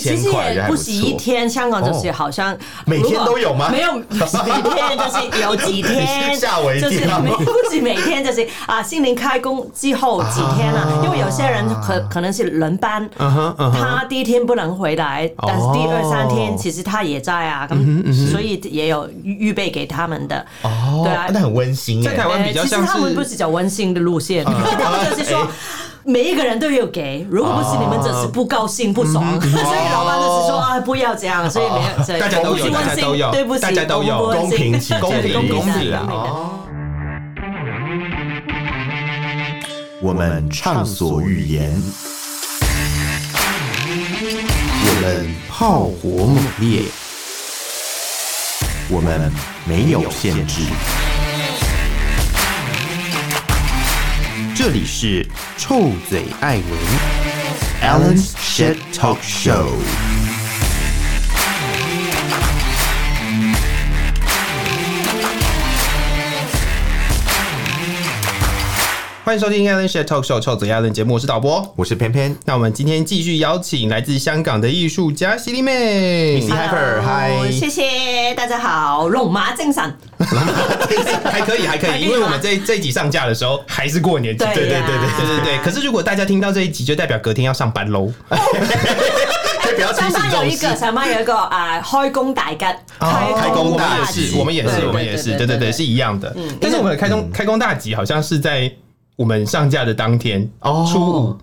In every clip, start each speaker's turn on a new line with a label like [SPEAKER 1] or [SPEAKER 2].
[SPEAKER 1] 其实
[SPEAKER 2] 1000块
[SPEAKER 1] 也
[SPEAKER 2] 还
[SPEAKER 1] 不
[SPEAKER 2] 不
[SPEAKER 1] 止一
[SPEAKER 2] 错
[SPEAKER 1] 天，香港就是
[SPEAKER 2] 哦
[SPEAKER 1] 好像
[SPEAKER 2] 每天
[SPEAKER 1] 如果
[SPEAKER 2] 都有吗
[SPEAKER 1] 没有，不是每天就是有几
[SPEAKER 2] 你
[SPEAKER 1] 天，
[SPEAKER 2] 是 吓我一跳
[SPEAKER 1] 就是每不止每天，就是啊，心灵开工之后几天啊
[SPEAKER 2] 啊，
[SPEAKER 1] 因为有些人可可能是轮班，
[SPEAKER 2] 嗯哼嗯哼
[SPEAKER 1] 他第一天不能回来，
[SPEAKER 2] 哦
[SPEAKER 1] 但是第二三天其实他也在
[SPEAKER 2] 嗯
[SPEAKER 1] 啊，咁所以也有预预备给他们的，
[SPEAKER 2] 哦，
[SPEAKER 1] 对啊
[SPEAKER 2] 那很温馨
[SPEAKER 3] 在台
[SPEAKER 2] 哎。
[SPEAKER 3] 湾比
[SPEAKER 1] 呃
[SPEAKER 3] 较
[SPEAKER 1] 其实
[SPEAKER 3] 像
[SPEAKER 1] 他们不
[SPEAKER 3] 是
[SPEAKER 1] 是走温馨的路线，他们就是说。每一个人都有给，如果不是你们，只是不高兴、不爽，所以老板就是说啊，不要这样，所以没有，所以
[SPEAKER 3] 大家都有
[SPEAKER 1] 不是温馨
[SPEAKER 3] 大家都有
[SPEAKER 1] 对不起，
[SPEAKER 3] 大家都有
[SPEAKER 1] 我们不温馨
[SPEAKER 2] 公平起见
[SPEAKER 1] 对
[SPEAKER 2] 公平
[SPEAKER 1] 公
[SPEAKER 3] 公
[SPEAKER 1] 平
[SPEAKER 3] 平啊
[SPEAKER 1] 的。
[SPEAKER 2] 我们畅所欲言，我们炮火猛烈，我们没有限制。这里是臭嘴艾文 Alan's Shit Talk Show。
[SPEAKER 3] 欢迎收听《Alan Share Talk Show》臭嘴亚伦节目，我是导播。
[SPEAKER 2] 我是偏偏
[SPEAKER 3] 那我们今天继续邀请来自香港的艺术家犀利妹
[SPEAKER 2] Missy Hyper，
[SPEAKER 1] Hello，
[SPEAKER 2] 嗨
[SPEAKER 1] 谢谢大家好，龙马精神，
[SPEAKER 3] 还可以，还可
[SPEAKER 1] 可以
[SPEAKER 3] 以，因为
[SPEAKER 1] 吗
[SPEAKER 3] 我们这这一集上架的时候还是过年期间，
[SPEAKER 1] 对呀
[SPEAKER 3] 对对对。可是如果大家听到这一集，就代表隔天要上班喽。
[SPEAKER 2] 可以不要提
[SPEAKER 1] 上
[SPEAKER 2] 醒
[SPEAKER 1] 班
[SPEAKER 2] 这
[SPEAKER 1] 有
[SPEAKER 2] 种
[SPEAKER 1] 一个，
[SPEAKER 2] 事。
[SPEAKER 1] 上班有一个啊，开工大吉，
[SPEAKER 2] 开工
[SPEAKER 3] 我们
[SPEAKER 2] 大
[SPEAKER 3] 也
[SPEAKER 2] 吉
[SPEAKER 3] 是，我们也是，
[SPEAKER 1] 对
[SPEAKER 3] 我们也是，对对对，是一样的。
[SPEAKER 1] 因
[SPEAKER 3] 但
[SPEAKER 1] 为
[SPEAKER 3] 是我们的开工开工大吉好像是在我们上架的当天，
[SPEAKER 2] 哦
[SPEAKER 3] 初五，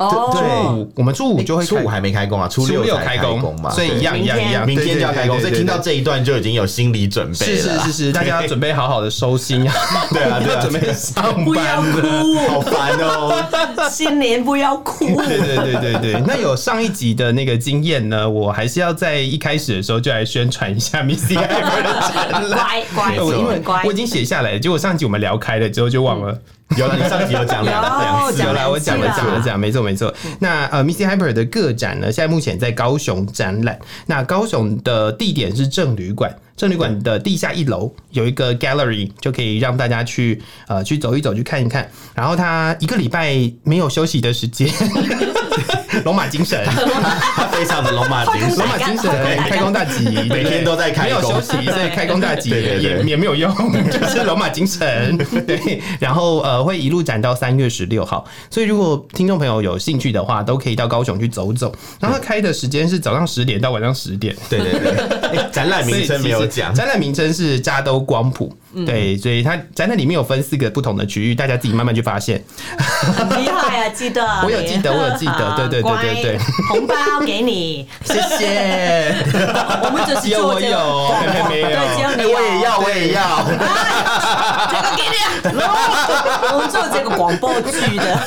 [SPEAKER 3] 初
[SPEAKER 1] 哦，
[SPEAKER 3] 五，我们初五就会
[SPEAKER 2] 初
[SPEAKER 3] 开
[SPEAKER 2] 五还没开工啊，初
[SPEAKER 3] 初
[SPEAKER 2] 六
[SPEAKER 3] 六
[SPEAKER 2] 才
[SPEAKER 3] 开
[SPEAKER 2] 工
[SPEAKER 3] 工
[SPEAKER 2] 嘛，
[SPEAKER 3] 所以一样一样
[SPEAKER 1] 明天
[SPEAKER 3] 一样，
[SPEAKER 2] 明天就要开工，所
[SPEAKER 3] 啊对
[SPEAKER 2] 以听到。这一段就已经有心理准备
[SPEAKER 3] 对对
[SPEAKER 2] 了
[SPEAKER 3] 对是
[SPEAKER 2] 啦。
[SPEAKER 3] 是是是，大家要准备好好的收 心啊！
[SPEAKER 2] 对啊对啊
[SPEAKER 3] 要准备上
[SPEAKER 1] 不要
[SPEAKER 3] 班了。
[SPEAKER 2] 好
[SPEAKER 1] 哭，
[SPEAKER 2] 烦哦！
[SPEAKER 1] 新年不要哭。
[SPEAKER 3] 对对对对对，那有上一集的那个经验呢，我还是要在一开始的时候就来宣传一下 Missy Ever 的 展览。
[SPEAKER 1] 乖乖，
[SPEAKER 3] 我因
[SPEAKER 1] 很
[SPEAKER 3] 为
[SPEAKER 1] 乖
[SPEAKER 3] 我已。经写下来了，结果上集我们聊开了之后就忘了。
[SPEAKER 2] 有了，你上集有讲两两次
[SPEAKER 1] 有
[SPEAKER 3] 有啦，我讲了
[SPEAKER 1] 两次
[SPEAKER 3] 讲
[SPEAKER 1] 啦
[SPEAKER 3] 了讲，没错没错。那呃，Missy Hyper 的个展呢，现在目前在高雄展览。那高雄的地点是正旅馆，正旅馆的地下一楼有一个 gallery，就可以让大家去呃去走一走，去看一看。然后他一个礼拜没有休息的时间， 龙马精神。
[SPEAKER 2] 他非常的龙马精
[SPEAKER 1] 开
[SPEAKER 3] 罗
[SPEAKER 2] 神
[SPEAKER 1] 工。
[SPEAKER 3] 马精神，开工大吉，
[SPEAKER 2] 每天都在开
[SPEAKER 3] 没
[SPEAKER 2] 工
[SPEAKER 3] 有 休息，所以开工大吉
[SPEAKER 2] 对对
[SPEAKER 3] 也
[SPEAKER 2] 对
[SPEAKER 3] 也也没有用，就是罗马精神。 对，然后呃会一路展到三月十六号，所以如果听众朋友有兴趣的话，都可以到高雄去走走。然后它开的时间是早上十点到晚上十点，
[SPEAKER 2] 对对对，欸展览名称没有讲嗯
[SPEAKER 3] 所以其实，展览名称是扎都光谱。对，所以它展览里面有分四个不同的区域，大家自己慢慢去发现。
[SPEAKER 1] 很厉害啊，记得啊，
[SPEAKER 3] 我有记得
[SPEAKER 1] 你
[SPEAKER 3] 我有记 得对对对对对，
[SPEAKER 1] 乖红包给你，
[SPEAKER 3] 谢 谢，
[SPEAKER 1] 我们只是
[SPEAKER 3] 只 有
[SPEAKER 1] 做
[SPEAKER 3] 我
[SPEAKER 1] 这
[SPEAKER 3] 有
[SPEAKER 1] 个，，
[SPEAKER 3] 妹 妹没有。
[SPEAKER 1] 对，只有你
[SPEAKER 2] 哎，
[SPEAKER 1] 有
[SPEAKER 2] 我也，要，我也要，
[SPEAKER 1] 这个给你啊， 我们做这个广播剧的，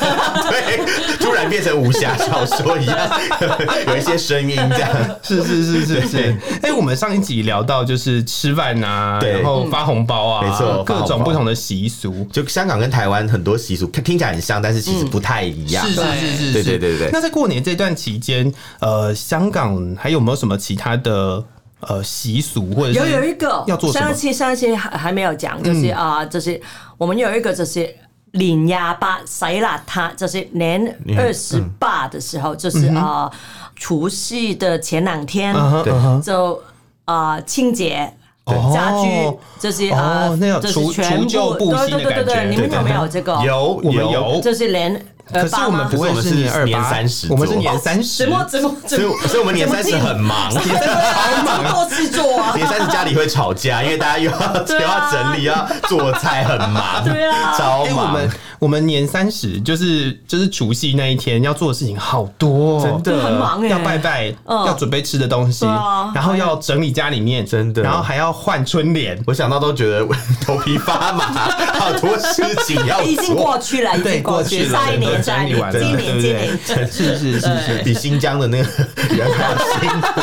[SPEAKER 2] 对，突然变成武侠小说一样， 有一些声音这样。
[SPEAKER 3] 是是是是是，哎、我们上一集聊到就是吃饭啊，
[SPEAKER 2] 对嗯
[SPEAKER 3] 然后发红包啊，
[SPEAKER 2] 没错
[SPEAKER 3] 各
[SPEAKER 2] 发红
[SPEAKER 3] 种
[SPEAKER 2] 包
[SPEAKER 3] 不同的习俗。
[SPEAKER 2] 就香港跟台湾很多习俗看听起来很像，但是其实不太一样。
[SPEAKER 3] 嗯是是
[SPEAKER 1] 对
[SPEAKER 3] 是是是，
[SPEAKER 2] 对对对对
[SPEAKER 3] 那在过年这段期间，呃，香港还有没有什么其他的呃习俗或者
[SPEAKER 1] 有
[SPEAKER 3] 是
[SPEAKER 1] 有一个
[SPEAKER 3] 要做什
[SPEAKER 1] 上
[SPEAKER 3] 么嗯
[SPEAKER 1] 一？期上一期还还没有讲，就是啊，就是我们有一个就是。年廿八洗邋遢，就是年二十八的时候，就是啊、除夕的前两天，
[SPEAKER 3] 嗯哼
[SPEAKER 2] 对
[SPEAKER 3] 嗯哼
[SPEAKER 1] 就啊、呃清洁。
[SPEAKER 3] 哦
[SPEAKER 1] 家居就是啊，
[SPEAKER 3] 哦那种
[SPEAKER 1] 就是
[SPEAKER 3] 除
[SPEAKER 1] 全
[SPEAKER 3] 除旧布
[SPEAKER 1] 对
[SPEAKER 3] 新的
[SPEAKER 1] 对对对
[SPEAKER 3] 感
[SPEAKER 1] 对，
[SPEAKER 3] 觉
[SPEAKER 1] 你们有没有这个？，
[SPEAKER 2] 有
[SPEAKER 3] 哦我们
[SPEAKER 2] 有，
[SPEAKER 3] 有，
[SPEAKER 1] 就是连呃
[SPEAKER 3] 可是我们不会
[SPEAKER 2] 可是我们是
[SPEAKER 3] 年二
[SPEAKER 2] 年
[SPEAKER 3] 八
[SPEAKER 2] 30
[SPEAKER 3] 我们是
[SPEAKER 2] 做
[SPEAKER 3] 年三十
[SPEAKER 1] 怎，哦么怎么
[SPEAKER 2] 所
[SPEAKER 1] 怎么
[SPEAKER 2] 以所以我们年三十很忙，
[SPEAKER 3] 年 三十好
[SPEAKER 1] 这么
[SPEAKER 3] 忙。
[SPEAKER 1] 多事做啊？
[SPEAKER 2] 年三十家里会吵架，因为大家又要
[SPEAKER 1] 对
[SPEAKER 2] 又要
[SPEAKER 1] 啊
[SPEAKER 2] 整理，又要做菜，很忙，
[SPEAKER 1] 对啊
[SPEAKER 2] 超
[SPEAKER 3] 哎、我
[SPEAKER 2] 忙。
[SPEAKER 3] 们我们年三十就是就是除夕那一天要做的事情好多、哦，
[SPEAKER 1] 的很忙哎
[SPEAKER 3] 要拜拜，
[SPEAKER 1] 嗯
[SPEAKER 3] 要准备吃的东西，
[SPEAKER 1] 对啊
[SPEAKER 3] 然后要整理家里面，
[SPEAKER 2] 真的
[SPEAKER 3] 然后还要换春联。
[SPEAKER 2] 我想到都觉得 头皮发麻， 好多事情
[SPEAKER 3] 哦
[SPEAKER 2] 要做，
[SPEAKER 1] 已经过去了，已经去，下一年下一年，
[SPEAKER 3] 对
[SPEAKER 1] 今
[SPEAKER 3] 对
[SPEAKER 1] 年
[SPEAKER 3] 对
[SPEAKER 1] 今年，
[SPEAKER 3] 对是是是是，
[SPEAKER 2] 比新疆的那个人还要辛苦，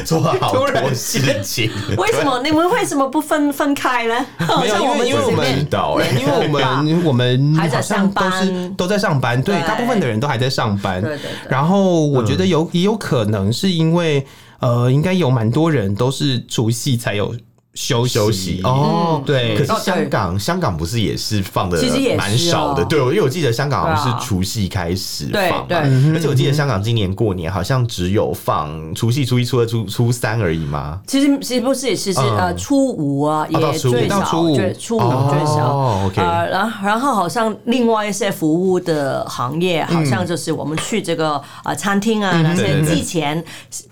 [SPEAKER 2] 做好
[SPEAKER 3] 突然
[SPEAKER 2] 多事 情。
[SPEAKER 1] 为什么你们为什么不分分开呢？好
[SPEAKER 3] 没有
[SPEAKER 1] 像
[SPEAKER 3] 因为
[SPEAKER 1] 我们这
[SPEAKER 3] 因为我
[SPEAKER 2] 不
[SPEAKER 3] 们
[SPEAKER 1] 边
[SPEAKER 2] 知道哎、
[SPEAKER 3] 因为我们我们
[SPEAKER 1] 还在
[SPEAKER 3] 好像
[SPEAKER 1] 上班
[SPEAKER 3] 都是都在上班，对，
[SPEAKER 1] 对
[SPEAKER 3] 大部分的人都还在上班。
[SPEAKER 1] 对对对
[SPEAKER 3] 然后我觉得有也有可能是因为呃，应该有蛮多人都是除夕才有休
[SPEAKER 4] 休息
[SPEAKER 2] 哦，
[SPEAKER 3] 对
[SPEAKER 2] 可
[SPEAKER 1] 哦
[SPEAKER 2] 是香港，香港不是也是放的
[SPEAKER 1] 其实也是
[SPEAKER 2] 蛮少的，
[SPEAKER 1] 哦
[SPEAKER 2] 对，我因为我记得香港好像
[SPEAKER 1] 对啊
[SPEAKER 2] 是除夕开始
[SPEAKER 1] 对
[SPEAKER 2] 放
[SPEAKER 1] 对
[SPEAKER 2] 嘛，而且我
[SPEAKER 3] 嗯
[SPEAKER 2] 记得香港今年过年好像只有放除夕、初一、初二、初初三而已嘛。
[SPEAKER 1] 其实其实不是，其实
[SPEAKER 2] 嗯
[SPEAKER 1] 呃初五啊
[SPEAKER 2] 到
[SPEAKER 1] 也
[SPEAKER 2] 初五
[SPEAKER 1] 最
[SPEAKER 3] 哦到初
[SPEAKER 1] 少，
[SPEAKER 3] 五
[SPEAKER 1] 最初五
[SPEAKER 2] 哦
[SPEAKER 1] 最少。
[SPEAKER 2] OK
[SPEAKER 1] 呃，然后然后好像另外一些服务的行业，好像就是我们去 这个呃餐厅啊那
[SPEAKER 2] 嗯对
[SPEAKER 1] 些
[SPEAKER 2] 对对
[SPEAKER 1] 之前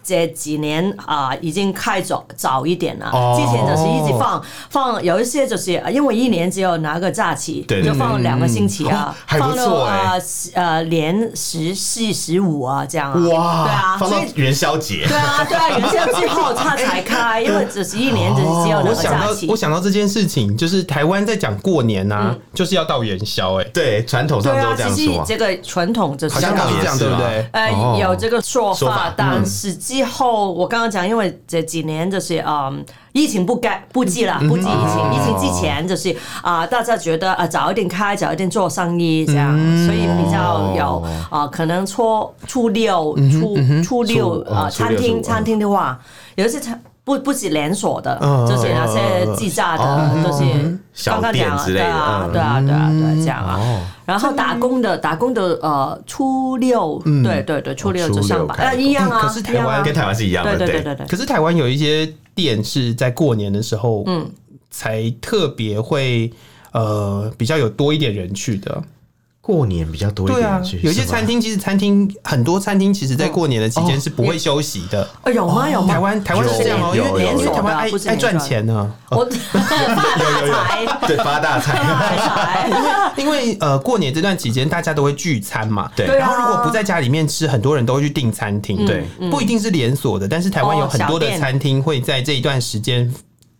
[SPEAKER 1] 这几年啊已经开早早一点了
[SPEAKER 2] 哦，
[SPEAKER 1] 之前就是一直放放有一些就是呃因为一年只有拿个假期
[SPEAKER 2] 对，对
[SPEAKER 1] 就放两个星期
[SPEAKER 2] 哦，
[SPEAKER 1] 啊
[SPEAKER 2] 还不
[SPEAKER 1] 放到
[SPEAKER 2] 错哎
[SPEAKER 1] 呃十呃连十四十五啊这样啊，对
[SPEAKER 2] 哇
[SPEAKER 1] 啊，，
[SPEAKER 2] 放
[SPEAKER 1] 所
[SPEAKER 2] 到
[SPEAKER 1] 以
[SPEAKER 2] 元宵节
[SPEAKER 1] 对，啊，对啊，元宵之后他才开，因为只是一年只是只
[SPEAKER 2] 哦
[SPEAKER 1] 有
[SPEAKER 3] 我
[SPEAKER 1] 哦两个
[SPEAKER 3] 想
[SPEAKER 1] 假
[SPEAKER 3] 到
[SPEAKER 1] 期嗯
[SPEAKER 3] 我。想到这件事情，就是台湾在讲过年呐、啊，就是要到元宵、欸，
[SPEAKER 2] 对，传统
[SPEAKER 1] 对
[SPEAKER 2] 上
[SPEAKER 1] 啊
[SPEAKER 2] 都，这样
[SPEAKER 1] 其实
[SPEAKER 2] 说。
[SPEAKER 1] 这个传统就是
[SPEAKER 3] 好像
[SPEAKER 2] 香港
[SPEAKER 3] 是这样，
[SPEAKER 2] 也是
[SPEAKER 3] 对不
[SPEAKER 2] 啊
[SPEAKER 3] 对？
[SPEAKER 1] 呃
[SPEAKER 2] 哦，
[SPEAKER 1] 有这个说
[SPEAKER 2] 说
[SPEAKER 1] 法
[SPEAKER 2] 法，
[SPEAKER 1] 但是之后我刚刚讲，因为这几年就是嗯，疫情不该不计
[SPEAKER 2] 嗯
[SPEAKER 1] 了，不计疫
[SPEAKER 2] 啊
[SPEAKER 1] 情，疫情之前就是啊、大家觉得啊、呃早一点开，早一点做生意
[SPEAKER 2] 嗯
[SPEAKER 1] 这样，所以比较有啊、呃可能初初六、
[SPEAKER 2] 嗯
[SPEAKER 1] 初初六
[SPEAKER 2] 初
[SPEAKER 1] 啊、
[SPEAKER 2] 哦初六初
[SPEAKER 1] 餐
[SPEAKER 2] 五
[SPEAKER 1] 厅餐
[SPEAKER 2] 嗯
[SPEAKER 1] 厅的话，有一些餐。不不是连锁的，
[SPEAKER 3] 嗯
[SPEAKER 1] 就是那些
[SPEAKER 3] 嗯
[SPEAKER 1] 自驾的
[SPEAKER 2] 嗯，
[SPEAKER 1] 就是
[SPEAKER 2] 小
[SPEAKER 1] 刚刚
[SPEAKER 2] 店
[SPEAKER 1] 讲了
[SPEAKER 2] 之类的
[SPEAKER 1] 对啊
[SPEAKER 2] 嗯哦
[SPEAKER 1] 对啊，对啊，对啊，这样啊。然后打工的，打工的，呃，初六，
[SPEAKER 3] 嗯
[SPEAKER 1] 对对对，初六
[SPEAKER 2] 初
[SPEAKER 1] 就
[SPEAKER 2] 六
[SPEAKER 1] 上班，
[SPEAKER 2] 开
[SPEAKER 1] 呃，一样啊，
[SPEAKER 3] 嗯可是台
[SPEAKER 1] 一样啊
[SPEAKER 3] 湾
[SPEAKER 2] 跟哦台湾是一样
[SPEAKER 1] 对
[SPEAKER 2] 的，
[SPEAKER 1] 对对对对，
[SPEAKER 3] 可是台湾有一些店是在过年的时候，嗯，才特别会呃比较有多一点人去的。
[SPEAKER 2] 过年比较多一
[SPEAKER 3] 对啊
[SPEAKER 2] 点去，，哦
[SPEAKER 3] 有一些餐厅其实餐厅很多餐厅其实在过年的期间是不会休息的。
[SPEAKER 1] 哎有吗有吗？
[SPEAKER 3] 台湾台湾是这样哦，因
[SPEAKER 2] 有
[SPEAKER 3] 为
[SPEAKER 2] 有
[SPEAKER 3] 因为
[SPEAKER 2] 有
[SPEAKER 3] 台湾爱
[SPEAKER 1] 不是
[SPEAKER 3] 爱
[SPEAKER 1] 连
[SPEAKER 3] 赚
[SPEAKER 1] 串
[SPEAKER 3] 钱啊哦呢。
[SPEAKER 1] 我发大财，
[SPEAKER 2] 是吗 对发大财，
[SPEAKER 1] 发大财，
[SPEAKER 3] 因为呃，过年这段期间大家都会聚餐嘛，
[SPEAKER 2] 对嗯
[SPEAKER 1] 对
[SPEAKER 3] 然
[SPEAKER 1] 啊
[SPEAKER 3] 后如果不在家里面吃，很多人都会去订餐厅，
[SPEAKER 2] 对，
[SPEAKER 3] 不一定是连锁的，但是台湾有很多的
[SPEAKER 1] 哦小店
[SPEAKER 3] 餐厅会在这一段时间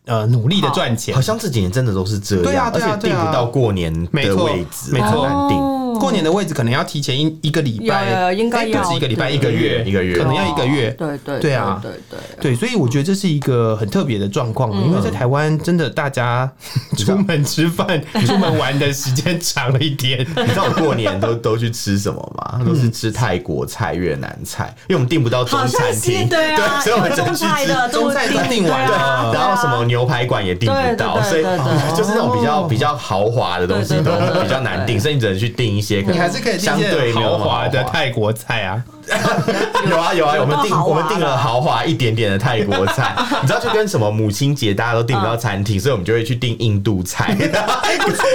[SPEAKER 3] 呃努力的赚钱
[SPEAKER 2] 好。像这几年真的都是这
[SPEAKER 3] 对啊
[SPEAKER 2] 样，而
[SPEAKER 3] 对啊
[SPEAKER 2] 且订
[SPEAKER 3] 对啊
[SPEAKER 2] 不到过年
[SPEAKER 3] 没
[SPEAKER 2] 的
[SPEAKER 3] 错
[SPEAKER 2] 位置，
[SPEAKER 3] 没错
[SPEAKER 2] 很难
[SPEAKER 1] 哦
[SPEAKER 2] 订。
[SPEAKER 3] 过年的位置可能要提前一一个礼拜，
[SPEAKER 1] 有有有应该
[SPEAKER 3] 哎
[SPEAKER 1] 要
[SPEAKER 3] 不止一个礼拜，
[SPEAKER 1] 对哦
[SPEAKER 3] 一个月，
[SPEAKER 2] 一个月
[SPEAKER 3] 可能要一个月。
[SPEAKER 1] 对对
[SPEAKER 3] 对啊
[SPEAKER 1] 对对。
[SPEAKER 3] 对，所以我觉得这是一个很特别的状况，
[SPEAKER 1] 嗯
[SPEAKER 3] 因为在台湾真的大家 出门吃 饭、出门玩的时间长了一点。
[SPEAKER 2] 你知道我过年 都都去吃什么吗？
[SPEAKER 1] 嗯
[SPEAKER 2] 都是吃泰国菜、越南菜，因为我们订不到中
[SPEAKER 1] 好像
[SPEAKER 2] 餐
[SPEAKER 1] 是
[SPEAKER 2] 厅，
[SPEAKER 1] 对 啊，
[SPEAKER 2] 所以我们只能
[SPEAKER 1] 中
[SPEAKER 2] 去
[SPEAKER 1] 菜
[SPEAKER 2] 吃
[SPEAKER 1] 的
[SPEAKER 3] 中菜都订完
[SPEAKER 1] 对
[SPEAKER 3] 了
[SPEAKER 1] 啊
[SPEAKER 2] 然后什么牛排馆也订不到，所
[SPEAKER 1] 对对对
[SPEAKER 2] 以
[SPEAKER 1] 对对
[SPEAKER 2] 就是那种比较比较豪华的东西
[SPEAKER 1] 对
[SPEAKER 2] 都
[SPEAKER 1] 对对对
[SPEAKER 2] 比较难订，所以你只能去订一些可能
[SPEAKER 3] 你还是可以订
[SPEAKER 2] 相对
[SPEAKER 3] 一些
[SPEAKER 2] 没有那
[SPEAKER 3] 豪
[SPEAKER 2] 么
[SPEAKER 3] 华的
[SPEAKER 2] 华
[SPEAKER 3] 泰国菜啊，
[SPEAKER 2] 有啊有啊，我们订
[SPEAKER 1] 有到
[SPEAKER 2] 我
[SPEAKER 1] 豪华的
[SPEAKER 2] 们订了豪华一点点的泰国菜，你知道就跟什么母亲节大家都订不到餐厅，所以我们就会去订印度菜，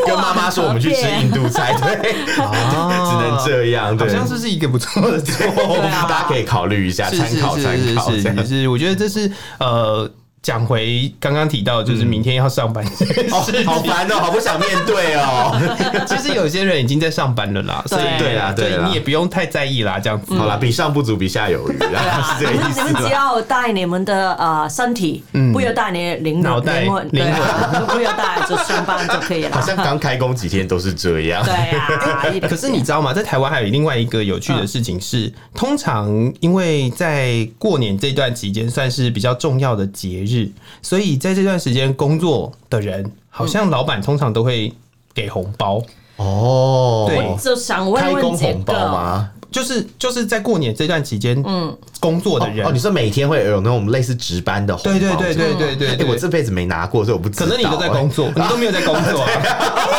[SPEAKER 2] 跟妈妈说我们去吃印度菜，对， 只能这样，
[SPEAKER 3] 好
[SPEAKER 2] 对，
[SPEAKER 3] 像是是一个不错的做 法。
[SPEAKER 1] 啊
[SPEAKER 2] 大家可以考虑一下，
[SPEAKER 3] 是
[SPEAKER 2] 参
[SPEAKER 3] 是
[SPEAKER 2] 考参
[SPEAKER 3] 是
[SPEAKER 2] 考。
[SPEAKER 3] 是
[SPEAKER 2] 这样
[SPEAKER 3] 是是，我觉得这是呃，讲回刚刚提到，就是明天要 上班这件
[SPEAKER 2] 哦
[SPEAKER 3] 事情，
[SPEAKER 2] 好烦哦，好不想面对哦。
[SPEAKER 3] 其实有些人已经在上班了啦，所以
[SPEAKER 1] 对
[SPEAKER 2] 啦对啦啊
[SPEAKER 3] 所以你也不用太在意啦，这样子。
[SPEAKER 2] 好啦，比上不足，比下有余 啦， 是这个
[SPEAKER 1] 你
[SPEAKER 2] 意
[SPEAKER 1] 们你
[SPEAKER 2] 思
[SPEAKER 1] 们只
[SPEAKER 2] 吧？嗯
[SPEAKER 1] 要带你们的呃身体，不要带你的灵
[SPEAKER 3] 脑
[SPEAKER 1] 魂，
[SPEAKER 3] 袋
[SPEAKER 1] 灵魂对
[SPEAKER 3] 灵
[SPEAKER 1] 啊， 不要带就上班就可以
[SPEAKER 2] 好
[SPEAKER 1] 了。
[SPEAKER 2] 像刚开工几天都是这样。
[SPEAKER 1] 对啊，一点
[SPEAKER 3] 可是你知道吗？在台湾还有另外一个有趣的事情是，
[SPEAKER 2] 嗯
[SPEAKER 3] 通常因为在过年这段期间算是比较重要的节日，所以在这段时间工作的人，好
[SPEAKER 2] 嗯
[SPEAKER 3] 像老板通常都会给红包，
[SPEAKER 2] 哦，
[SPEAKER 3] 对
[SPEAKER 1] 就想问
[SPEAKER 2] 开
[SPEAKER 1] 问
[SPEAKER 2] 工
[SPEAKER 1] 这
[SPEAKER 2] 红包
[SPEAKER 1] 个，
[SPEAKER 2] 吗？
[SPEAKER 3] 就是就是在过年这段期间，嗯，工作的人，
[SPEAKER 2] 哦，你说每天会有那种类似值班的红包？
[SPEAKER 3] 对对对对对对
[SPEAKER 2] 哎，
[SPEAKER 3] 对，
[SPEAKER 2] 我这辈子没拿过，所以我不知道。欸哎
[SPEAKER 3] 可能你都在工作，你都没有在工作、 啊，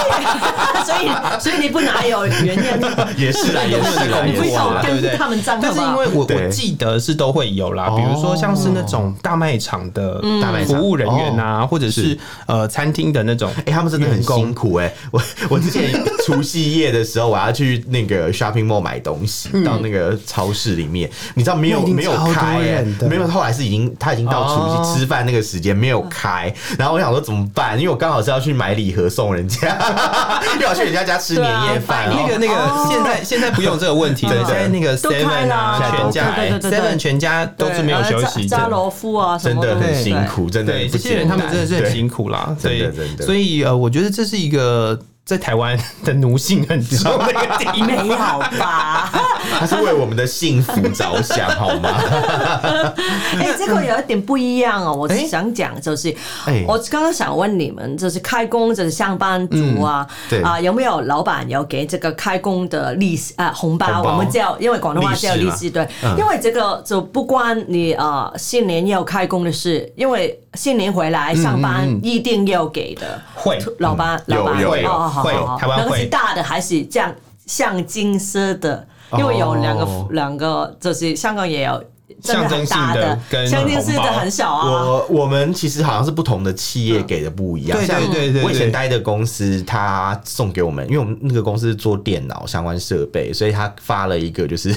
[SPEAKER 1] 所以所以你不拿有原 因，啊
[SPEAKER 2] 哎， 也是啦，
[SPEAKER 3] 你都
[SPEAKER 2] 也
[SPEAKER 3] 没有在
[SPEAKER 2] 是啦，
[SPEAKER 3] 工
[SPEAKER 1] 你
[SPEAKER 2] 也是
[SPEAKER 1] 不
[SPEAKER 3] 作
[SPEAKER 1] 想
[SPEAKER 3] 啊，
[SPEAKER 2] 啦。
[SPEAKER 3] 对不对
[SPEAKER 1] 跟？他们争
[SPEAKER 3] 但
[SPEAKER 1] 好
[SPEAKER 3] 是
[SPEAKER 1] 不
[SPEAKER 3] 因
[SPEAKER 1] 好？
[SPEAKER 3] 为我
[SPEAKER 2] 对
[SPEAKER 3] 我记得是都会有啦，
[SPEAKER 2] 哦
[SPEAKER 3] 比如说像是那种大卖场的
[SPEAKER 1] 嗯
[SPEAKER 2] 大卖场哦
[SPEAKER 3] 服务人员啊，或者是呃餐厅的那种，
[SPEAKER 2] 哎、他们真的很
[SPEAKER 3] 员工
[SPEAKER 2] 辛苦哎、我 我之前除夕夜的时候，我要去那个 shopping mall 买东西，到那个超市里面，你知道没有
[SPEAKER 3] 嗯那一定
[SPEAKER 2] 没有
[SPEAKER 3] 超多
[SPEAKER 2] 开、欸
[SPEAKER 3] 人的，
[SPEAKER 2] 没有，后来是已经他已经到除
[SPEAKER 3] 哦
[SPEAKER 2] 夕吃饭那个时间没有开，然后我想说怎么办？因为我刚好是要去买礼盒送人家， 因为我去人家家吃
[SPEAKER 1] 对
[SPEAKER 2] 年
[SPEAKER 1] 啊
[SPEAKER 2] 夜饭，哦然
[SPEAKER 3] 那
[SPEAKER 2] 后
[SPEAKER 3] 个那个，现在现在不用这个问题 了，
[SPEAKER 2] 对对
[SPEAKER 3] 现在那个
[SPEAKER 1] 哦都开
[SPEAKER 3] Seven 啊
[SPEAKER 1] 啦，
[SPEAKER 3] 全家
[SPEAKER 1] 对对对对对
[SPEAKER 3] Seven 全家都是没有休息
[SPEAKER 1] 扎扎
[SPEAKER 3] 的。
[SPEAKER 1] 罗夫啊，什
[SPEAKER 2] 真
[SPEAKER 1] 么
[SPEAKER 2] 的
[SPEAKER 1] 都
[SPEAKER 2] 很
[SPEAKER 1] 对
[SPEAKER 2] 辛苦，真的
[SPEAKER 3] 对，这些人他们真的是很辛苦啦，
[SPEAKER 2] 真
[SPEAKER 3] 所
[SPEAKER 2] 的
[SPEAKER 3] 以
[SPEAKER 2] 真的
[SPEAKER 3] 所以呃，我觉得这 是一个在台湾的奴性很重的一个地方。
[SPEAKER 1] 没有吧？
[SPEAKER 2] 他是为我们的幸福着想，好吗？
[SPEAKER 1] 哎、这个有一点不一样哦。我
[SPEAKER 3] 哎
[SPEAKER 1] 想讲就是，
[SPEAKER 2] 哎
[SPEAKER 1] 我刚刚想问你们，就是开工就是上班族啊，
[SPEAKER 3] 嗯
[SPEAKER 2] 对
[SPEAKER 1] 啊、有没有老板有给这个开工的利息啊、红包？
[SPEAKER 2] 红包
[SPEAKER 1] 我们叫因为广东话叫利
[SPEAKER 2] 利息
[SPEAKER 1] 息，对，
[SPEAKER 3] 嗯
[SPEAKER 1] 因为这个就不关你啊、呃新年要开工的事，因为新年回来上班
[SPEAKER 3] 嗯
[SPEAKER 1] 一定要给的，
[SPEAKER 3] 会
[SPEAKER 1] 老板
[SPEAKER 3] 嗯
[SPEAKER 1] 老板
[SPEAKER 2] 有有
[SPEAKER 1] 哦好好
[SPEAKER 3] 会
[SPEAKER 1] 好好
[SPEAKER 3] 台湾
[SPEAKER 1] 那个
[SPEAKER 3] 会
[SPEAKER 1] 是大的还是这样像金色的？因为有两个
[SPEAKER 2] 哦
[SPEAKER 1] 两个，就是香港也有真的
[SPEAKER 3] 象征
[SPEAKER 1] 很
[SPEAKER 3] 性
[SPEAKER 1] 大
[SPEAKER 3] 的跟
[SPEAKER 1] 象征性
[SPEAKER 3] 红
[SPEAKER 1] 的
[SPEAKER 3] 包
[SPEAKER 1] 很小啊。
[SPEAKER 2] 我我们其实好像是不同的企业给的不一样，
[SPEAKER 3] 对
[SPEAKER 2] 像
[SPEAKER 3] 对对对
[SPEAKER 2] 我以前
[SPEAKER 3] 对
[SPEAKER 2] 待的公司，他送给我们，因为我们那个公司是做电脑相关设备，所以他发了一个就是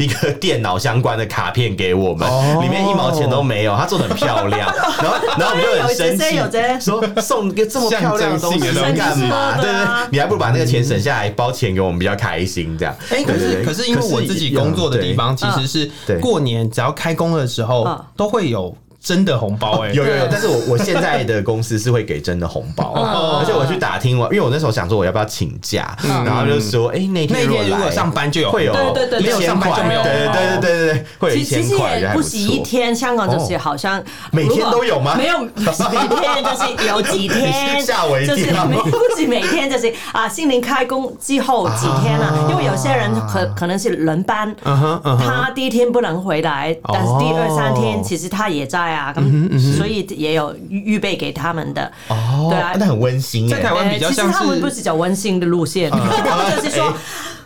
[SPEAKER 2] 一个电脑相关的卡片给我们，
[SPEAKER 3] 哦
[SPEAKER 2] 里面一毛钱都没有，他做的很漂亮，然后然后我们就很生气
[SPEAKER 1] 有这有这，
[SPEAKER 2] 说送一个这么漂亮的东西
[SPEAKER 3] 象征性的东西
[SPEAKER 2] 干嘛？
[SPEAKER 1] 对
[SPEAKER 2] 对对
[SPEAKER 1] 啊，
[SPEAKER 2] 你还不如把那个钱省下来包钱给我们比较开心，这样。
[SPEAKER 3] 哎、可
[SPEAKER 2] 对对
[SPEAKER 3] 是
[SPEAKER 2] 对
[SPEAKER 3] 可是因为我自己工作的地方其实是
[SPEAKER 2] 对
[SPEAKER 3] 过年只要开工的时候
[SPEAKER 1] 嗯
[SPEAKER 3] 都会有真的红包哎、
[SPEAKER 2] 哦有有有
[SPEAKER 1] 对，
[SPEAKER 2] 但是我我现在的公司是会给真的红 包，
[SPEAKER 1] 嗯
[SPEAKER 2] 而且我去打听我，因为我那时候想说我要不要请假，然后他就说，哎，那
[SPEAKER 3] 那一
[SPEAKER 2] 如果
[SPEAKER 3] 天如果
[SPEAKER 2] 来
[SPEAKER 3] 上班就有
[SPEAKER 2] 会有
[SPEAKER 1] 嗯对对对对
[SPEAKER 2] 一
[SPEAKER 1] 没有
[SPEAKER 2] 千
[SPEAKER 3] 上班就
[SPEAKER 2] 块
[SPEAKER 3] 没有
[SPEAKER 2] 对对对对对对，会有一
[SPEAKER 1] 其其
[SPEAKER 2] 千
[SPEAKER 1] 实
[SPEAKER 2] 块，
[SPEAKER 1] 也
[SPEAKER 2] 还
[SPEAKER 1] 不
[SPEAKER 2] 不
[SPEAKER 1] 止一
[SPEAKER 2] 错。哦
[SPEAKER 1] 天，香港就是好像
[SPEAKER 2] 每天
[SPEAKER 1] 如果
[SPEAKER 2] 都有吗
[SPEAKER 1] 没 有每天，就是有几
[SPEAKER 2] 你
[SPEAKER 1] 天，
[SPEAKER 2] 是吓我一
[SPEAKER 1] 就是
[SPEAKER 2] 跳
[SPEAKER 1] 每不止每天，就是啊，新年开工之后几天啊
[SPEAKER 2] 啊，
[SPEAKER 1] 因为有些人可可能是轮班，
[SPEAKER 3] 嗯哼嗯哼，
[SPEAKER 1] 他第一天不能回来，
[SPEAKER 2] 哦
[SPEAKER 1] 但是第二三天其实他也在啊，
[SPEAKER 2] 嗯
[SPEAKER 1] 咁所以也有预预备给他们的，
[SPEAKER 2] 哦
[SPEAKER 1] 对啊
[SPEAKER 2] 那很温馨
[SPEAKER 3] 在台
[SPEAKER 2] 哎。
[SPEAKER 3] 湾比较
[SPEAKER 1] 呃其
[SPEAKER 3] 像
[SPEAKER 1] 实他们
[SPEAKER 3] 是啊哎
[SPEAKER 1] 不是走温馨的路线， 他们就是说。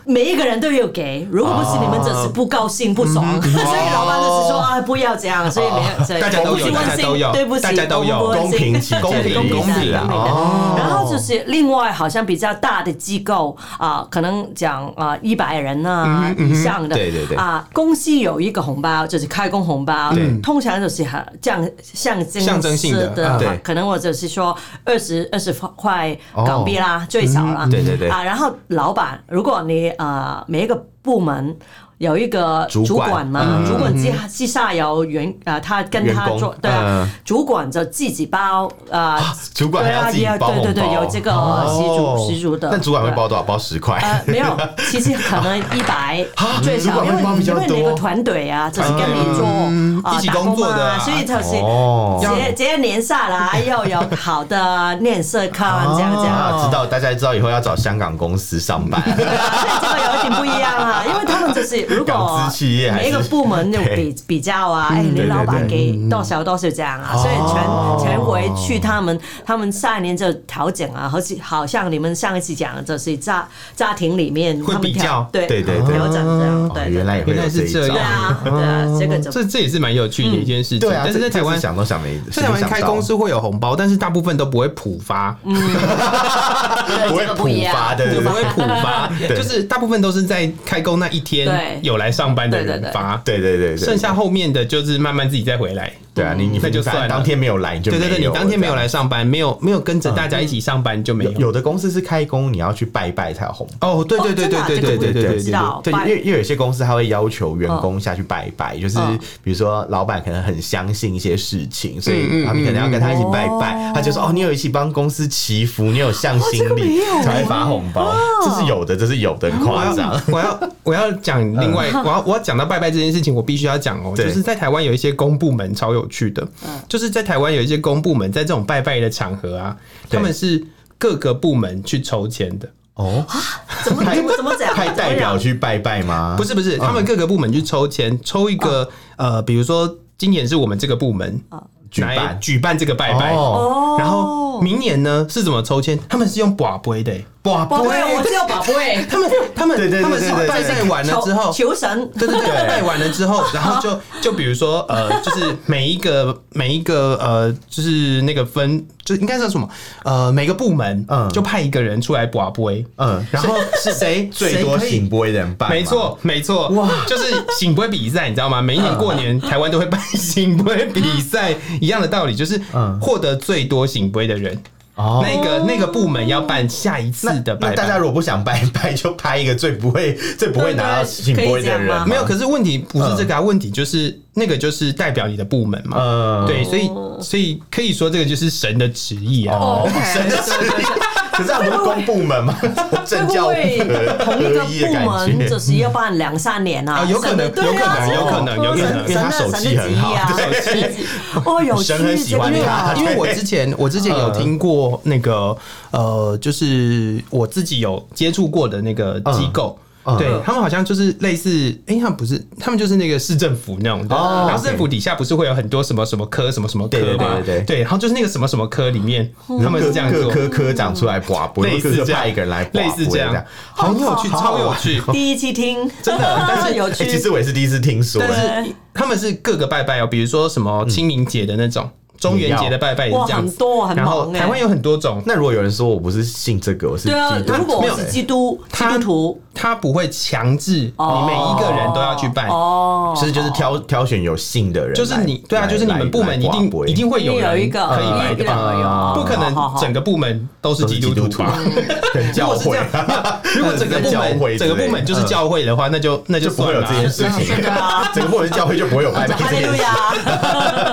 [SPEAKER 1] 每一个人都有给，如果不是你们，
[SPEAKER 3] 啊
[SPEAKER 1] 只是不高兴、不
[SPEAKER 3] 嗯
[SPEAKER 1] 爽， 所以老板就是说啊，不要这样，所以没有，所以
[SPEAKER 3] 哦大家都有
[SPEAKER 1] 不是温
[SPEAKER 3] 大家
[SPEAKER 1] 馨
[SPEAKER 3] 都有
[SPEAKER 1] 对不起，
[SPEAKER 3] 大家都有
[SPEAKER 1] 我们不温
[SPEAKER 2] 公
[SPEAKER 1] 馨
[SPEAKER 2] 平起见
[SPEAKER 1] 对
[SPEAKER 3] 公平
[SPEAKER 1] 公
[SPEAKER 3] 公
[SPEAKER 1] 平
[SPEAKER 3] 平
[SPEAKER 1] 的
[SPEAKER 3] 啊
[SPEAKER 1] 公平的
[SPEAKER 2] 哦
[SPEAKER 1] 然后就是另外，好像比较大的机构啊，可能讲啊一百人
[SPEAKER 3] 嗯
[SPEAKER 1] 啊以上的，
[SPEAKER 2] 对对对
[SPEAKER 1] 啊，公司有一个红包，就是开工红包，通常就是很象象征
[SPEAKER 3] 象征性的
[SPEAKER 1] 式的
[SPEAKER 3] 啊
[SPEAKER 2] 对
[SPEAKER 1] 啊可能我就是说二十二十块港币啦，最少啦。
[SPEAKER 2] 哦嗯对对对
[SPEAKER 1] 啊，然后老板，如果你呃每一个部门。有一个
[SPEAKER 2] 主管
[SPEAKER 1] 主管嘛，
[SPEAKER 2] 嗯
[SPEAKER 1] 主管之之下有员啊、他跟他
[SPEAKER 2] 员工
[SPEAKER 1] 做对啊，
[SPEAKER 2] 嗯
[SPEAKER 1] 主管就自己包 啊、
[SPEAKER 2] 主管还
[SPEAKER 1] 对
[SPEAKER 2] 要
[SPEAKER 1] 啊，
[SPEAKER 2] 自己
[SPEAKER 1] 也要
[SPEAKER 2] 包红包，
[SPEAKER 1] 对对对，有这个呃习
[SPEAKER 2] 哦
[SPEAKER 1] 俗习俗的。
[SPEAKER 2] 但主管会
[SPEAKER 1] 对啊
[SPEAKER 2] 包多少？包十块。
[SPEAKER 1] 呃，没有，其实可能一百最
[SPEAKER 2] 主
[SPEAKER 1] 少，
[SPEAKER 2] 管
[SPEAKER 1] 因
[SPEAKER 2] 会
[SPEAKER 1] 为
[SPEAKER 2] 包比
[SPEAKER 1] 因
[SPEAKER 2] 较
[SPEAKER 1] 为
[SPEAKER 2] 多
[SPEAKER 1] 每个团队啊，就是跟你做
[SPEAKER 3] 嗯
[SPEAKER 1] 啊
[SPEAKER 3] 一起
[SPEAKER 1] 打
[SPEAKER 3] 工作的
[SPEAKER 1] 啊，
[SPEAKER 3] 啊
[SPEAKER 1] 所以就是
[SPEAKER 2] 哦
[SPEAKER 1] 结结年 下来要有好的面色看，这样这样。
[SPEAKER 2] 啊，知道大家知道以后要找香港公司上 班，
[SPEAKER 1] 对啊，所以这个有一点不一样啊，因为他们就是如果
[SPEAKER 2] 港资企业还是
[SPEAKER 1] 每一个部门就
[SPEAKER 2] 对嗯
[SPEAKER 1] 比比较啊，哎，你
[SPEAKER 2] 对对
[SPEAKER 1] 老
[SPEAKER 2] 对嗯
[SPEAKER 1] 板给多少多少这样啊，所以
[SPEAKER 2] 哦
[SPEAKER 1] 全全回去他们他们下一年就调整啊，好像好像你们上一次讲的就是家家庭里面
[SPEAKER 3] 会
[SPEAKER 1] 他们
[SPEAKER 3] 比
[SPEAKER 1] 调
[SPEAKER 3] 较
[SPEAKER 1] 对
[SPEAKER 2] 对对对
[SPEAKER 1] 调整这样，对
[SPEAKER 2] 哦
[SPEAKER 1] 对
[SPEAKER 2] 原来也会哦
[SPEAKER 3] 原来
[SPEAKER 2] 有这
[SPEAKER 3] 是
[SPEAKER 2] 一
[SPEAKER 3] 这
[SPEAKER 2] 招
[SPEAKER 1] 对
[SPEAKER 3] 样。
[SPEAKER 1] 啊对啊，这个就
[SPEAKER 3] 这这也是蛮有趣
[SPEAKER 1] 嗯
[SPEAKER 3] 的一件事情，
[SPEAKER 2] 对啊，
[SPEAKER 3] 但是在
[SPEAKER 2] 这
[SPEAKER 3] 台湾
[SPEAKER 2] 这次想都想没，
[SPEAKER 3] 在台湾开工
[SPEAKER 2] 司
[SPEAKER 3] 是会有红包，但是大部分都不会普发，
[SPEAKER 1] 嗯
[SPEAKER 2] 不会
[SPEAKER 1] 这个不一
[SPEAKER 2] 普
[SPEAKER 1] 样啊
[SPEAKER 2] 发的， 对
[SPEAKER 3] 就不会普发，
[SPEAKER 2] 对
[SPEAKER 3] 就是大部分都是在开工那一天
[SPEAKER 1] 对
[SPEAKER 3] 有来上班的
[SPEAKER 1] 对对
[SPEAKER 3] 人
[SPEAKER 1] 对
[SPEAKER 3] 发，
[SPEAKER 2] 对对对对，
[SPEAKER 3] 剩下后面的就是慢慢自己再回来。
[SPEAKER 2] 对啊，你你
[SPEAKER 3] 那就
[SPEAKER 2] 你反
[SPEAKER 3] 算了
[SPEAKER 2] 正当天没有来，你就
[SPEAKER 3] 对对对，
[SPEAKER 2] 没
[SPEAKER 3] 你
[SPEAKER 2] 有
[SPEAKER 3] 当天没有
[SPEAKER 2] 这样
[SPEAKER 3] 来上班，没有没有跟着大家一起上班就没
[SPEAKER 2] 有有的公司是开工，你要去拜拜才有红包。
[SPEAKER 3] 哦，对对对对
[SPEAKER 1] 哦
[SPEAKER 3] 对
[SPEAKER 1] 真的啊
[SPEAKER 3] 对对对
[SPEAKER 1] 这个
[SPEAKER 3] 对
[SPEAKER 1] 不知
[SPEAKER 3] 对
[SPEAKER 1] 道
[SPEAKER 2] 对，因
[SPEAKER 1] 拜
[SPEAKER 2] 为因为有些公司他会要求员工下去拜拜，就是
[SPEAKER 1] 嗯
[SPEAKER 2] 比如说老板可能很相信一些事情，所以他们可能要跟他一起拜拜
[SPEAKER 1] 哦，
[SPEAKER 2] 他就说哦，你有一起帮公司祈福，你有向心
[SPEAKER 1] 哦这个没
[SPEAKER 2] 力
[SPEAKER 1] 有
[SPEAKER 2] 才会发红包，这是有的，这是有的，很
[SPEAKER 3] 我
[SPEAKER 2] 夸张
[SPEAKER 3] 要。我要我要讲另外，我要我要讲到拜拜这件事情，我必须要讲哦，
[SPEAKER 2] 对
[SPEAKER 3] 就是在台湾有一些公部门超有趣的，
[SPEAKER 1] 嗯
[SPEAKER 3] 就是在台湾有一些公部门在这种拜拜的场合啊，
[SPEAKER 2] 对
[SPEAKER 3] 他们是各个部门去抽签的，
[SPEAKER 2] 哦，
[SPEAKER 1] 怎么怎么怎么 讲？
[SPEAKER 2] 派代表去拜拜吗？
[SPEAKER 3] 不是不是，他们各个部门去抽签，抽一个
[SPEAKER 1] 啊
[SPEAKER 3] 呃，比如说今年是我们这个部门
[SPEAKER 2] 举
[SPEAKER 3] 来
[SPEAKER 2] 办
[SPEAKER 3] 举办这个拜拜，
[SPEAKER 2] 哦，
[SPEAKER 1] 哦，
[SPEAKER 3] 然后明年呢是怎么抽签？他们是用卜杯的欸，
[SPEAKER 2] 哇，
[SPEAKER 1] 宝贝，我只有宝贝，
[SPEAKER 3] 他们他
[SPEAKER 2] 对对对
[SPEAKER 3] 们他们
[SPEAKER 2] 对
[SPEAKER 3] 是
[SPEAKER 2] 对对
[SPEAKER 3] 拜拜完了之后
[SPEAKER 1] 求。求神，
[SPEAKER 3] 对对对，拜完了之 后，然后就就比如说呃，就是每一个每一个呃，就是那个分，就应该叫什么呃，每个部门
[SPEAKER 2] 嗯
[SPEAKER 3] 就派一个人出来卜杯，
[SPEAKER 2] 嗯，
[SPEAKER 3] 然后是谁
[SPEAKER 2] 最多醒
[SPEAKER 3] 行，
[SPEAKER 2] 波的人办，
[SPEAKER 3] 没错，没错，哇，就是醒杯比赛，你知道吗？每一年过
[SPEAKER 2] 嗯
[SPEAKER 3] 年台湾都会办 醒杯比赛，一样的道理，就是
[SPEAKER 2] 嗯
[SPEAKER 3] 获得最多醒杯的人，
[SPEAKER 2] 哦，
[SPEAKER 3] 那个那个部门要办下一次的
[SPEAKER 2] 那
[SPEAKER 3] 拜
[SPEAKER 2] 大家
[SPEAKER 3] 拜。
[SPEAKER 2] 如果不想拜拜，就拍一个最不 会、最不会拿到信不会的
[SPEAKER 1] 对对可以这样
[SPEAKER 2] 人
[SPEAKER 1] 吗。
[SPEAKER 3] 没有，可是问题不是这个啊，
[SPEAKER 2] 嗯
[SPEAKER 3] 问题就是那个就是代表你的部门嘛，
[SPEAKER 2] 呃，
[SPEAKER 3] 对，所以所以可以说这个就是神的旨意啊。
[SPEAKER 2] 哦
[SPEAKER 1] OK，对对对对
[SPEAKER 2] 可是很多公部门 嘛，政教合
[SPEAKER 1] 会不会同一个
[SPEAKER 2] 合一的
[SPEAKER 1] 部
[SPEAKER 2] 感
[SPEAKER 1] 门
[SPEAKER 2] 觉
[SPEAKER 1] 就。是要办两三年啊？
[SPEAKER 3] 啊有可能
[SPEAKER 1] 神的对啊
[SPEAKER 3] 有可
[SPEAKER 1] 神
[SPEAKER 3] 能
[SPEAKER 1] 的
[SPEAKER 3] 有可能有可能
[SPEAKER 2] 因为他
[SPEAKER 1] 神的
[SPEAKER 2] 手气很好
[SPEAKER 1] 神的职业啊神的职业哦，有趣，
[SPEAKER 2] 神很喜欢
[SPEAKER 1] 这个
[SPEAKER 2] 他
[SPEAKER 3] 因为我 之前我之前有听过那个呃，就是我自己有接触过的那个机构。
[SPEAKER 2] 嗯
[SPEAKER 3] 对
[SPEAKER 2] 嗯
[SPEAKER 3] 他们好像就是类似，哎、他们不是，他们就是那个市政府那种的，
[SPEAKER 2] 哦
[SPEAKER 3] 然后市政府底下不是会有很多什么什么科什么什么科
[SPEAKER 2] 对对对
[SPEAKER 3] 嘛，
[SPEAKER 2] 对对
[SPEAKER 3] 然后就是那个什么什么科里面，他们是这样
[SPEAKER 2] 各
[SPEAKER 3] 做，
[SPEAKER 2] 科科长出来寡不，
[SPEAKER 3] 类
[SPEAKER 2] 各
[SPEAKER 3] 似
[SPEAKER 2] 科
[SPEAKER 3] 这样
[SPEAKER 2] 派一个人来，
[SPEAKER 3] 类似这样，很有趣，
[SPEAKER 2] 好好
[SPEAKER 3] 超
[SPEAKER 2] 玩
[SPEAKER 3] 有趣，
[SPEAKER 1] 第一期听，
[SPEAKER 3] 真 的但是
[SPEAKER 1] 有
[SPEAKER 2] 哎，其
[SPEAKER 1] 趣
[SPEAKER 2] 实。我也是第一次听说，哎
[SPEAKER 3] 但是他们是各个拜拜哦，比如说什么清明节的那
[SPEAKER 2] 嗯
[SPEAKER 3] 种，中元节的拜拜也是
[SPEAKER 1] 哇，
[SPEAKER 3] 这样
[SPEAKER 1] 很
[SPEAKER 3] 子，
[SPEAKER 1] 多很
[SPEAKER 3] 然后
[SPEAKER 1] 忙
[SPEAKER 2] 欸
[SPEAKER 1] 哎、
[SPEAKER 3] 台湾有很多种，
[SPEAKER 2] 那如果有人说我不是信这个，我是
[SPEAKER 1] 对啊
[SPEAKER 2] 基，督
[SPEAKER 1] 如果
[SPEAKER 2] 徒
[SPEAKER 1] 我
[SPEAKER 2] 哎
[SPEAKER 1] 是基督基
[SPEAKER 3] 他
[SPEAKER 1] 督徒，
[SPEAKER 3] 他不会强制你
[SPEAKER 1] 哦
[SPEAKER 3] 每一个人都要去拜，
[SPEAKER 1] 哦，
[SPEAKER 2] 哎其实就是挑挑选有信的人来，
[SPEAKER 3] 就是你对啊，
[SPEAKER 2] 来
[SPEAKER 3] 就是你们部门一
[SPEAKER 2] 来刮
[SPEAKER 3] 定
[SPEAKER 2] 杯
[SPEAKER 3] 一定会
[SPEAKER 1] 一定
[SPEAKER 3] 有
[SPEAKER 1] 有
[SPEAKER 3] 人
[SPEAKER 1] 一个
[SPEAKER 3] 可以拜的
[SPEAKER 1] 一定有一个
[SPEAKER 3] 吧，哦
[SPEAKER 1] 有
[SPEAKER 3] 不可
[SPEAKER 1] 好好
[SPEAKER 3] 能
[SPEAKER 1] 好
[SPEAKER 3] 整个部门都是
[SPEAKER 2] 都是
[SPEAKER 3] 基督
[SPEAKER 2] 基督
[SPEAKER 3] 徒
[SPEAKER 2] 徒
[SPEAKER 3] 吧？
[SPEAKER 2] 对
[SPEAKER 3] 如
[SPEAKER 2] 教
[SPEAKER 3] 果是这
[SPEAKER 2] 会啊
[SPEAKER 3] 样，如果整个部
[SPEAKER 2] 教会
[SPEAKER 3] 门
[SPEAKER 2] 之类的
[SPEAKER 3] 整个部门就是教会的话，那就那 就
[SPEAKER 2] 就不会
[SPEAKER 3] 算
[SPEAKER 2] 有
[SPEAKER 3] 了
[SPEAKER 2] 这件
[SPEAKER 3] 啊。
[SPEAKER 2] 事情
[SPEAKER 1] 是的啊，
[SPEAKER 2] 整个或者教会就不会有拜拜
[SPEAKER 1] 哈
[SPEAKER 2] 这
[SPEAKER 1] 利
[SPEAKER 2] 件
[SPEAKER 1] 路
[SPEAKER 2] 事。
[SPEAKER 1] 亚，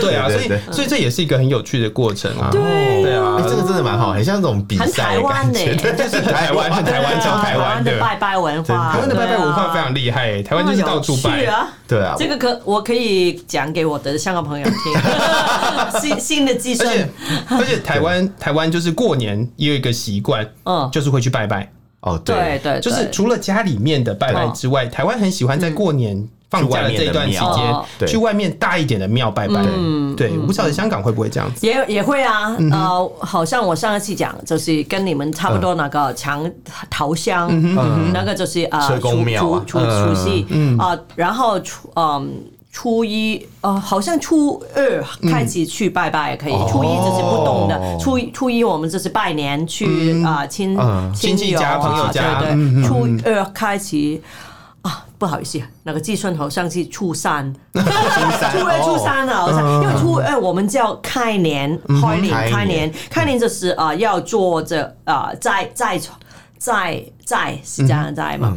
[SPEAKER 3] 对啊，
[SPEAKER 2] 对
[SPEAKER 3] 所
[SPEAKER 2] 对
[SPEAKER 3] 以
[SPEAKER 2] 对
[SPEAKER 3] 所以这也是一个很有趣的过程啊。
[SPEAKER 1] 对
[SPEAKER 3] 对啊
[SPEAKER 2] 哎，这个真的蛮好，很像那种比
[SPEAKER 1] 很
[SPEAKER 2] 赛
[SPEAKER 1] 台
[SPEAKER 2] 的
[SPEAKER 1] 湾欸
[SPEAKER 2] 感
[SPEAKER 1] 呢、
[SPEAKER 2] 觉，对
[SPEAKER 3] 但是很台湾，很台湾，
[SPEAKER 1] 对
[SPEAKER 3] 超
[SPEAKER 1] 啊
[SPEAKER 3] 台湾
[SPEAKER 1] 的
[SPEAKER 3] 的。
[SPEAKER 1] 拜拜文化，啊
[SPEAKER 3] 台湾的拜拜文化非常厉害、台湾就是到处
[SPEAKER 1] 那有趣
[SPEAKER 3] 拜。
[SPEAKER 1] 啊。
[SPEAKER 2] 对啊，
[SPEAKER 1] 这个可我可以讲给我的香港朋友听，新新的寄
[SPEAKER 3] 而且
[SPEAKER 1] 生，
[SPEAKER 3] 而且台湾台湾就是过年也有一个习惯，
[SPEAKER 1] 嗯
[SPEAKER 3] 就是会去拜拜，
[SPEAKER 2] 哦
[SPEAKER 1] 对对，哦嗯对
[SPEAKER 3] 就是除了家里面的拜拜之外，台湾很喜欢在过年放假的这一段期
[SPEAKER 1] 去外面的庙
[SPEAKER 3] 间
[SPEAKER 2] 对
[SPEAKER 3] 去外面大一点的庙拜拜。
[SPEAKER 1] 嗯
[SPEAKER 3] 对，我不晓得香港会不会这样子。
[SPEAKER 1] 也也会啊，呃，好像我上一次讲就是跟你们差不多那个墙桃香，那个就是啊，
[SPEAKER 2] 车公
[SPEAKER 1] 除
[SPEAKER 2] 庙啊
[SPEAKER 1] 除除
[SPEAKER 2] 嗯
[SPEAKER 1] 除夕啊，然后初嗯。初一，呃，好像初二开始去拜拜也可以，初一就是不懂
[SPEAKER 2] 哦
[SPEAKER 1] 的，初一初一我们就是拜年去啊亲
[SPEAKER 2] 嗯
[SPEAKER 3] 亲戚家
[SPEAKER 1] 友啊
[SPEAKER 3] 朋友家
[SPEAKER 1] 对对，初二开始啊，不好意思，那个计算好像是初三，初二、初三啊，好像，因为初二我们叫开年、开
[SPEAKER 2] 开
[SPEAKER 1] 年、
[SPEAKER 2] 年
[SPEAKER 1] 开年、开年，就是啊、呃要做这啊在在在在是这样在嘛，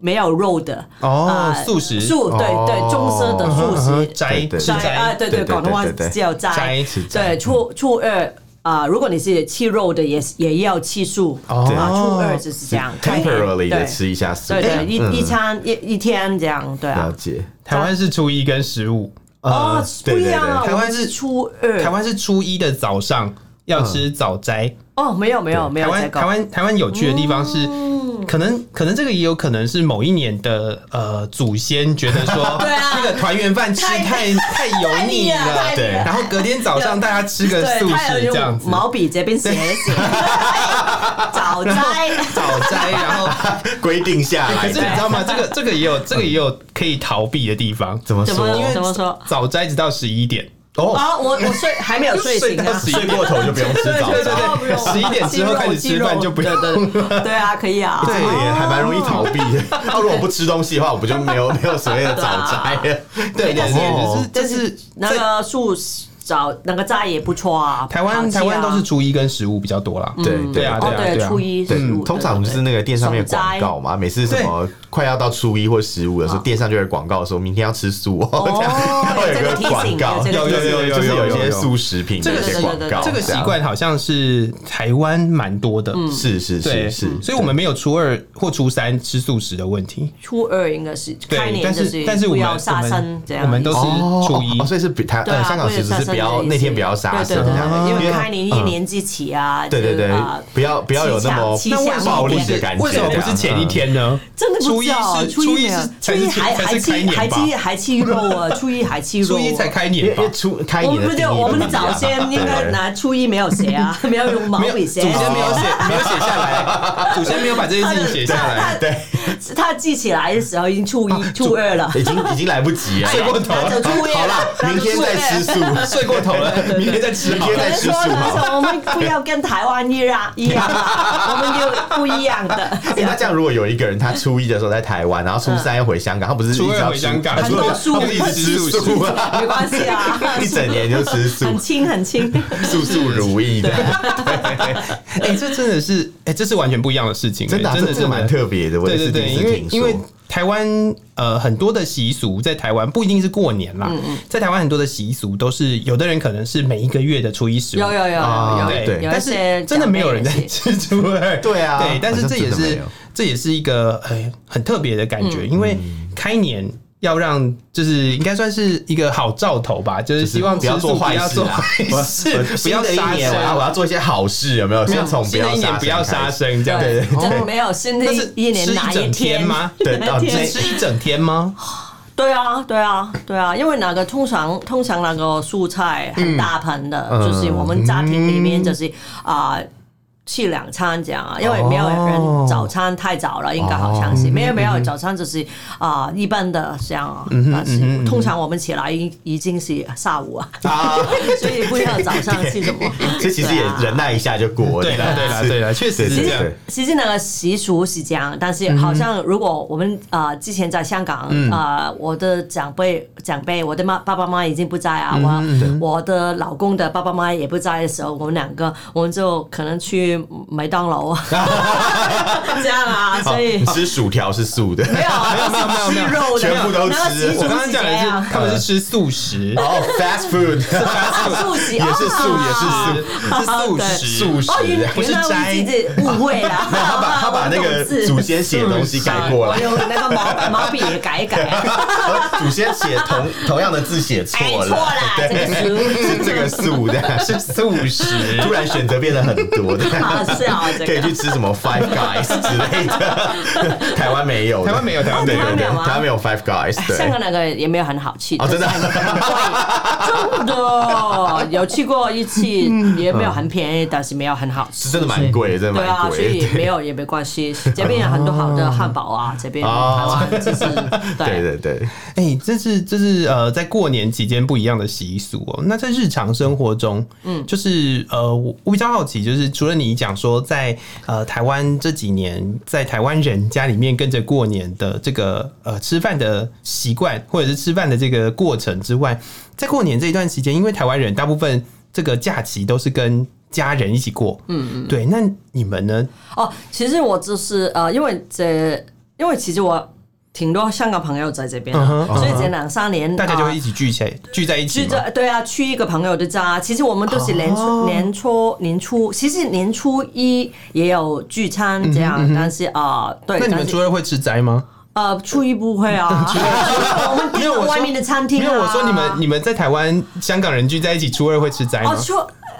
[SPEAKER 1] 没有肉的
[SPEAKER 3] 哦
[SPEAKER 1] 啊，
[SPEAKER 3] 素食
[SPEAKER 1] 素对对，中式的素
[SPEAKER 3] 嗯
[SPEAKER 1] 食
[SPEAKER 3] 哼斋
[SPEAKER 2] 对对
[SPEAKER 3] 是
[SPEAKER 1] 斋啊，
[SPEAKER 3] 斋，
[SPEAKER 1] 对对，
[SPEAKER 2] 对对
[SPEAKER 1] 广东话
[SPEAKER 2] 对对对
[SPEAKER 1] 叫斋
[SPEAKER 3] 斋，
[SPEAKER 2] 斋
[SPEAKER 1] 对初初二。啊、如果你是吃肉的，也是也要吃素。啊、
[SPEAKER 3] 对
[SPEAKER 1] 初二就是这样开年
[SPEAKER 2] ，temporarily 的
[SPEAKER 1] 对
[SPEAKER 2] 吃一下
[SPEAKER 3] 哎
[SPEAKER 2] 素，
[SPEAKER 1] 对对，
[SPEAKER 2] 嗯
[SPEAKER 1] 一、一餐一一天这样，对啊
[SPEAKER 2] 了。解。
[SPEAKER 3] 台湾是初一跟十五，
[SPEAKER 1] 哦，
[SPEAKER 3] 呃
[SPEAKER 2] 对
[SPEAKER 1] 不一
[SPEAKER 2] 对
[SPEAKER 1] 样啊！
[SPEAKER 2] 对
[SPEAKER 3] 台湾
[SPEAKER 1] 我们
[SPEAKER 3] 是
[SPEAKER 1] 初二，
[SPEAKER 3] 台湾是初一的早上要吃早斋。
[SPEAKER 1] 哦，没有没有嗯没
[SPEAKER 3] 台
[SPEAKER 1] 有这
[SPEAKER 3] 湾
[SPEAKER 1] 个
[SPEAKER 3] 台湾台湾有趣的地方是，可能可能这个也有可能是某一年的呃祖先觉得说，
[SPEAKER 1] 对啊
[SPEAKER 3] 那个团圆饭吃太太油
[SPEAKER 1] 太
[SPEAKER 3] 腻
[SPEAKER 1] 腻了太
[SPEAKER 3] 了，
[SPEAKER 1] 腻
[SPEAKER 2] 对了
[SPEAKER 3] 然后隔天早上大家吃个
[SPEAKER 1] 对，
[SPEAKER 3] 素
[SPEAKER 1] 他
[SPEAKER 3] 食
[SPEAKER 1] 有
[SPEAKER 3] 这
[SPEAKER 1] 用
[SPEAKER 3] 样子，
[SPEAKER 1] 毛笔这边写一 写，早摘，
[SPEAKER 3] 早 斋，然后
[SPEAKER 2] 规定下
[SPEAKER 3] 可
[SPEAKER 2] 来
[SPEAKER 3] 是
[SPEAKER 2] 的
[SPEAKER 3] 你，知道吗？这个这个也有这个也有可以逃避的地方，
[SPEAKER 2] 怎么
[SPEAKER 1] 怎么
[SPEAKER 2] 说？
[SPEAKER 1] 怎么说？
[SPEAKER 3] 早斋直到十一点。
[SPEAKER 2] 哦，
[SPEAKER 1] 啊，我我睡还没有睡醒
[SPEAKER 3] 睡到
[SPEAKER 1] 啊。
[SPEAKER 3] 11
[SPEAKER 2] 睡过头就不用吃早
[SPEAKER 3] 对对
[SPEAKER 2] 餐，
[SPEAKER 1] 哦不用
[SPEAKER 3] 11点之后开始吃饭就不用
[SPEAKER 1] 对对对对啊，可以啊。
[SPEAKER 2] 这个也还蛮容易逃避 的。那如果不吃东西的话，我不就没有没有所谓的早
[SPEAKER 1] 啊
[SPEAKER 2] 哦斋？
[SPEAKER 3] 对对
[SPEAKER 1] 但是
[SPEAKER 3] 对，就是这是
[SPEAKER 1] 那
[SPEAKER 3] 在
[SPEAKER 1] 个素找那个斋也不错啊。
[SPEAKER 3] 台湾
[SPEAKER 1] 好吃啊
[SPEAKER 3] 台湾都是初一跟十五比较多啦。
[SPEAKER 2] 对
[SPEAKER 3] 对啊
[SPEAKER 1] 哦
[SPEAKER 3] 对
[SPEAKER 1] 对，初一
[SPEAKER 2] 对
[SPEAKER 1] 十五，，
[SPEAKER 2] 通常就是那个电商面广告嘛，每次什么快要到初一或十五的时候，电商就会广告说明天要吃素哦，这样，然后有个广告，就是有一些素食品的一些广告，
[SPEAKER 3] 这个习惯好像是台湾蛮多的，
[SPEAKER 2] 是是
[SPEAKER 3] 对
[SPEAKER 2] 是是，
[SPEAKER 3] 所以我们没有初二或初三吃素食的问题。
[SPEAKER 1] 初二应该是
[SPEAKER 3] 对
[SPEAKER 1] 开，年
[SPEAKER 3] 但
[SPEAKER 1] 就是
[SPEAKER 3] 但是我
[SPEAKER 1] 不
[SPEAKER 3] 们
[SPEAKER 1] 要
[SPEAKER 3] 我
[SPEAKER 1] 杀
[SPEAKER 3] 们
[SPEAKER 1] 生这样，
[SPEAKER 3] 我们都是初一
[SPEAKER 2] 哦，所以是比台
[SPEAKER 1] 啊
[SPEAKER 2] 呃香港习俗是不要那天不要杀生
[SPEAKER 1] 对对
[SPEAKER 2] 这
[SPEAKER 1] 对
[SPEAKER 2] 样，
[SPEAKER 1] 对因为开年一年之起啊，
[SPEAKER 2] 嗯对对对
[SPEAKER 1] 就是啊，
[SPEAKER 2] 不要不要有那么
[SPEAKER 1] 七巧七巧
[SPEAKER 2] 暴力的感觉，
[SPEAKER 3] 为什么不是前一？天呢？
[SPEAKER 1] 真的不
[SPEAKER 3] 初一
[SPEAKER 1] 知道，
[SPEAKER 3] 是
[SPEAKER 1] 初
[SPEAKER 3] 初
[SPEAKER 1] 没有
[SPEAKER 3] 是，
[SPEAKER 1] 初
[SPEAKER 3] 才是
[SPEAKER 1] 还
[SPEAKER 3] 才
[SPEAKER 1] 还
[SPEAKER 3] 是开
[SPEAKER 1] 吃还
[SPEAKER 3] 年吧？
[SPEAKER 1] 吃还吃肉啊， 初一还吃肉
[SPEAKER 3] 初
[SPEAKER 1] 啊，
[SPEAKER 3] 一才开
[SPEAKER 2] 因
[SPEAKER 3] 年吧
[SPEAKER 2] 为？初开
[SPEAKER 1] 我
[SPEAKER 2] 年
[SPEAKER 1] 们
[SPEAKER 2] 的
[SPEAKER 1] 不对，我们的早先应该拿初一没有写啊， 没有用毛
[SPEAKER 3] 没有，
[SPEAKER 1] 笔
[SPEAKER 3] 祖
[SPEAKER 1] 写啊
[SPEAKER 3] 先，没有写，没有写下来，祖先没有把这件事情写下来。
[SPEAKER 2] 对，
[SPEAKER 1] 他记起来的时候已经初
[SPEAKER 3] 啊
[SPEAKER 1] 一初二了，
[SPEAKER 2] 已经已经来不及了，
[SPEAKER 3] 睡过头
[SPEAKER 1] 拿
[SPEAKER 3] 了
[SPEAKER 1] 走初一
[SPEAKER 2] 好啦
[SPEAKER 1] 了，，拿
[SPEAKER 2] 明
[SPEAKER 1] 走
[SPEAKER 2] 天
[SPEAKER 1] 初
[SPEAKER 2] 再
[SPEAKER 1] 二
[SPEAKER 2] 吃素，
[SPEAKER 3] 睡过头了，明天再吃好
[SPEAKER 2] 明天
[SPEAKER 3] 了。
[SPEAKER 2] 再
[SPEAKER 1] 可是
[SPEAKER 2] 吃
[SPEAKER 1] 说
[SPEAKER 2] 素
[SPEAKER 1] 他
[SPEAKER 2] 好。
[SPEAKER 1] 说我们不要跟台湾一样一样啊，我们就不一样 的。
[SPEAKER 2] 哎，那这样如果有一个人他初一的时候在台湾，然后初三要回香港，他不是一直
[SPEAKER 3] 初
[SPEAKER 2] 要
[SPEAKER 3] 二回
[SPEAKER 2] 吃
[SPEAKER 3] 香港，
[SPEAKER 2] 他
[SPEAKER 1] 很
[SPEAKER 2] 初
[SPEAKER 1] 多
[SPEAKER 2] 二
[SPEAKER 1] 素
[SPEAKER 2] 他不是一直吃
[SPEAKER 3] 吃
[SPEAKER 2] 素啊，
[SPEAKER 1] 没关系 啊，
[SPEAKER 2] 一整年就吃素
[SPEAKER 1] 很，轻很轻。
[SPEAKER 2] 素素如意的，
[SPEAKER 3] 哎、这真的是，哎、这是完全不一样的事情、哎
[SPEAKER 2] 真的啊
[SPEAKER 3] 真的
[SPEAKER 2] 这个蛮特别的，我
[SPEAKER 3] 对
[SPEAKER 2] 也
[SPEAKER 3] 对
[SPEAKER 2] 是第
[SPEAKER 3] 对，
[SPEAKER 2] 一次
[SPEAKER 3] 因为
[SPEAKER 2] 听说。
[SPEAKER 3] 因为台湾呃很多的习俗，在台湾不一定是过年啦，在台湾很多的习俗都是有的人可能是每一个月的初一十五，
[SPEAKER 1] 有有有
[SPEAKER 2] 啊
[SPEAKER 1] 有有
[SPEAKER 2] 对
[SPEAKER 1] 有
[SPEAKER 3] 但
[SPEAKER 1] 一
[SPEAKER 3] 是
[SPEAKER 1] 些
[SPEAKER 3] 真的
[SPEAKER 1] 长
[SPEAKER 3] 没有
[SPEAKER 1] 辈
[SPEAKER 3] 人
[SPEAKER 1] 也
[SPEAKER 3] 在
[SPEAKER 1] 是
[SPEAKER 3] 吃猪耳，
[SPEAKER 2] 对啊
[SPEAKER 3] 对，但是
[SPEAKER 2] 好像
[SPEAKER 3] 这也
[SPEAKER 2] 真的没
[SPEAKER 3] 是
[SPEAKER 2] 有
[SPEAKER 3] 这也是一个呃很特别的感
[SPEAKER 1] 嗯
[SPEAKER 3] 觉，因为
[SPEAKER 2] 嗯
[SPEAKER 3] 开年。要让就是应该算是一个好兆头吧，就是希望
[SPEAKER 2] 不要
[SPEAKER 3] 吃素
[SPEAKER 2] 做坏
[SPEAKER 3] 不要
[SPEAKER 2] 事
[SPEAKER 3] 做
[SPEAKER 2] 啊
[SPEAKER 3] 坏
[SPEAKER 2] 我
[SPEAKER 3] 事，
[SPEAKER 2] 我
[SPEAKER 3] 不
[SPEAKER 2] 新
[SPEAKER 3] 要
[SPEAKER 2] 的
[SPEAKER 3] 杀
[SPEAKER 2] 一年，我要
[SPEAKER 3] 生，
[SPEAKER 2] 我要做一些好事，有没有？先从不
[SPEAKER 3] 新
[SPEAKER 2] 要
[SPEAKER 3] 的一
[SPEAKER 2] 杀
[SPEAKER 3] 年
[SPEAKER 2] 生
[SPEAKER 3] 不要杀
[SPEAKER 2] 开始。
[SPEAKER 3] 生这样。
[SPEAKER 1] 对
[SPEAKER 2] 对对
[SPEAKER 1] 真的
[SPEAKER 2] 对
[SPEAKER 1] 哦没有，新的
[SPEAKER 3] 但是
[SPEAKER 1] 一一年
[SPEAKER 3] 吃
[SPEAKER 1] 哪
[SPEAKER 3] 一整
[SPEAKER 1] 天
[SPEAKER 3] 天吗
[SPEAKER 2] 对哦到底
[SPEAKER 3] 是
[SPEAKER 1] 天
[SPEAKER 2] 是
[SPEAKER 3] 吃一整天吗？
[SPEAKER 1] 对啊，对啊，对啊，因为那个通常通常那个蔬菜很大盆的，就是我们家庭里面就是啊。吃两餐这样啊，因为没有
[SPEAKER 3] 哦
[SPEAKER 1] 人早餐太早了，应该好像是没有没有早餐就是啊、一般的这样啊，但是通常我们起来已已经是下午啊，
[SPEAKER 2] 啊，。
[SPEAKER 1] 所以不知道早上吃什么啊
[SPEAKER 2] 这其实也忍耐一下就过了。
[SPEAKER 3] 对了，对了，对了，确实
[SPEAKER 2] 对
[SPEAKER 3] 是
[SPEAKER 2] 对
[SPEAKER 3] 这样。
[SPEAKER 2] 对，
[SPEAKER 1] 其实那个习俗是这样，但是好像如果我们呃之前在香港，
[SPEAKER 2] 嗯
[SPEAKER 1] 呃，我的长辈长辈，我的妈爸爸妈妈已经不在啊，
[SPEAKER 2] 嗯
[SPEAKER 1] 我我的老公的爸爸妈妈也不在的时候，我们两个我们就可能去麦当劳 啊，这样啊，所以
[SPEAKER 2] 你吃薯条是素的，
[SPEAKER 1] 没有啊
[SPEAKER 3] 没有没有没有没有
[SPEAKER 1] 吃肉的，
[SPEAKER 2] 全部都吃
[SPEAKER 1] 然后习
[SPEAKER 2] 我
[SPEAKER 1] 俗
[SPEAKER 3] 我刚刚
[SPEAKER 1] 是
[SPEAKER 3] 讲
[SPEAKER 1] 这
[SPEAKER 3] 的
[SPEAKER 1] 样
[SPEAKER 3] 是，。他们是吃 素食，
[SPEAKER 2] 哦，fast food
[SPEAKER 1] 啊素食
[SPEAKER 2] 也是素，也是
[SPEAKER 1] 啊
[SPEAKER 2] 素。
[SPEAKER 3] 是素食，
[SPEAKER 2] 素食
[SPEAKER 1] 哦，原
[SPEAKER 2] 不
[SPEAKER 1] 原
[SPEAKER 3] 是
[SPEAKER 1] 来我
[SPEAKER 3] 斋
[SPEAKER 1] 们自己误会了，
[SPEAKER 2] 他把他把那
[SPEAKER 1] 我
[SPEAKER 2] 个
[SPEAKER 1] 懂事啊
[SPEAKER 2] 祖先写的东西改过
[SPEAKER 1] 我
[SPEAKER 2] 来，
[SPEAKER 1] 有那个毛毛笔也改一啊改，
[SPEAKER 2] 祖先写同同样的字写
[SPEAKER 1] 改
[SPEAKER 2] 错
[SPEAKER 1] 哎错
[SPEAKER 2] 了，
[SPEAKER 1] 啦，这
[SPEAKER 2] 对，
[SPEAKER 1] 个食物
[SPEAKER 2] 是这个 素的，
[SPEAKER 3] 是素食。
[SPEAKER 2] 突然选择变得很多的，
[SPEAKER 1] 好笑啊这个
[SPEAKER 2] 可以去吃什么 Five Guys 之类 的，台湾没有的，
[SPEAKER 3] 台湾没有台湾
[SPEAKER 2] 对
[SPEAKER 1] 没有
[SPEAKER 2] 对
[SPEAKER 1] 哦台湾没有
[SPEAKER 2] 对，
[SPEAKER 1] 吗
[SPEAKER 2] 台湾没有 Five Guys，
[SPEAKER 1] 香港
[SPEAKER 2] 对，
[SPEAKER 1] 那个也没有很好吃
[SPEAKER 2] 哦，真的，
[SPEAKER 1] 真的 有去过一次，也没有很便宜，但是没有很好
[SPEAKER 2] 是
[SPEAKER 1] 吃。
[SPEAKER 2] 真的蛮贵，真的
[SPEAKER 1] 对
[SPEAKER 2] 蛮
[SPEAKER 1] 啊，所
[SPEAKER 2] 贵
[SPEAKER 1] 以，没有也没 关系。这边有很多好的汉堡啊，这边台
[SPEAKER 2] 哦
[SPEAKER 1] 湾就是
[SPEAKER 2] 对
[SPEAKER 1] 对
[SPEAKER 2] 对对，
[SPEAKER 3] 哎、这是这是呃，在过年期间不一样的习俗哦。那在日常生活中，嗯，就是呃，我我比较好奇，就是除了你讲说在呃台湾这几年，在台湾人家里面跟着过年的这个呃吃饭的习惯，或者是吃饭的这个过程之外，在过年这一段期间，因为台湾人大部分这个假期都是跟家人一起过，嗯嗯，对。那你们呢？
[SPEAKER 1] 哦，其实我就是呃，因为这，因为其实我挺多香港朋友在这边啊，
[SPEAKER 3] 嗯哼
[SPEAKER 1] 所以这两三年
[SPEAKER 3] 大家就
[SPEAKER 1] 呃
[SPEAKER 3] 会一起聚起来，啊聚在一起
[SPEAKER 1] 去
[SPEAKER 3] 吗？
[SPEAKER 1] 这对啊，去一个朋友的家。其实我们都是年初、
[SPEAKER 3] 哦
[SPEAKER 1] 年初年初，其实年初一也有聚餐这样，
[SPEAKER 3] 嗯
[SPEAKER 1] 但是啊、呃对，
[SPEAKER 3] 那你
[SPEAKER 1] 但
[SPEAKER 3] 们
[SPEAKER 1] 是
[SPEAKER 3] 初二会吃斋吗？
[SPEAKER 1] 呃初一不会 啊， 我们订
[SPEAKER 3] 没有我
[SPEAKER 1] 了
[SPEAKER 3] 说
[SPEAKER 1] 外面的餐厅、啊。
[SPEAKER 3] 没有，我说你们你们在台湾香港人聚在一起，初二会吃斋吗
[SPEAKER 1] 哦，？初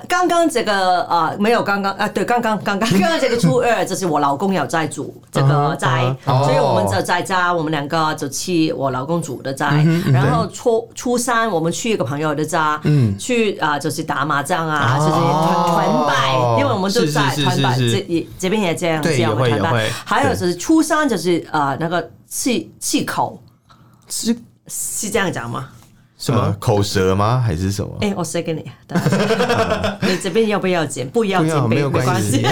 [SPEAKER 1] 刚刚这个呃没有刚刚啊，对，刚刚刚刚
[SPEAKER 3] 嗯
[SPEAKER 1] 刚刚这个初二，就是我老公有在煮这
[SPEAKER 3] 啊哈
[SPEAKER 1] 个斋，
[SPEAKER 2] 啊哈
[SPEAKER 1] 所以
[SPEAKER 2] 哦
[SPEAKER 1] 我们就在家，我们两个就去我老公煮的
[SPEAKER 3] 嗯
[SPEAKER 1] 斋，然后初初三我们去一个朋友的家，
[SPEAKER 3] 嗯
[SPEAKER 1] 去啊、就是打麻将啊，就是团团拜，因为我们就是在
[SPEAKER 3] 哦是是
[SPEAKER 1] 团拜，
[SPEAKER 3] 是是
[SPEAKER 1] 这也这边也这样
[SPEAKER 3] 对
[SPEAKER 1] 这样
[SPEAKER 3] 也会
[SPEAKER 1] 的团
[SPEAKER 3] 也会
[SPEAKER 1] 拜，还有
[SPEAKER 2] 对
[SPEAKER 1] 就是初三就是呃那个气气口
[SPEAKER 3] 吃
[SPEAKER 1] 是这样讲吗？
[SPEAKER 3] 什么
[SPEAKER 2] 呃？口舌吗？还是什么？
[SPEAKER 1] 哎、我塞给你，等一下你这边要不要剪？不要
[SPEAKER 3] 不
[SPEAKER 1] 剪
[SPEAKER 3] 要，，没有
[SPEAKER 1] 没
[SPEAKER 3] 关系
[SPEAKER 1] 系。。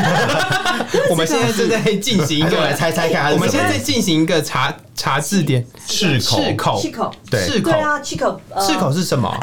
[SPEAKER 3] 我们现在正在进 行一
[SPEAKER 2] 我来
[SPEAKER 3] 个，
[SPEAKER 2] 猜猜看它是什么，
[SPEAKER 3] 我们现在在进行一个查查字典，
[SPEAKER 2] 赤口
[SPEAKER 3] 赤口，
[SPEAKER 1] 赤口
[SPEAKER 2] 对
[SPEAKER 3] 赤口
[SPEAKER 1] 对，啊，c 哎 h i c o
[SPEAKER 3] 赤口是什么？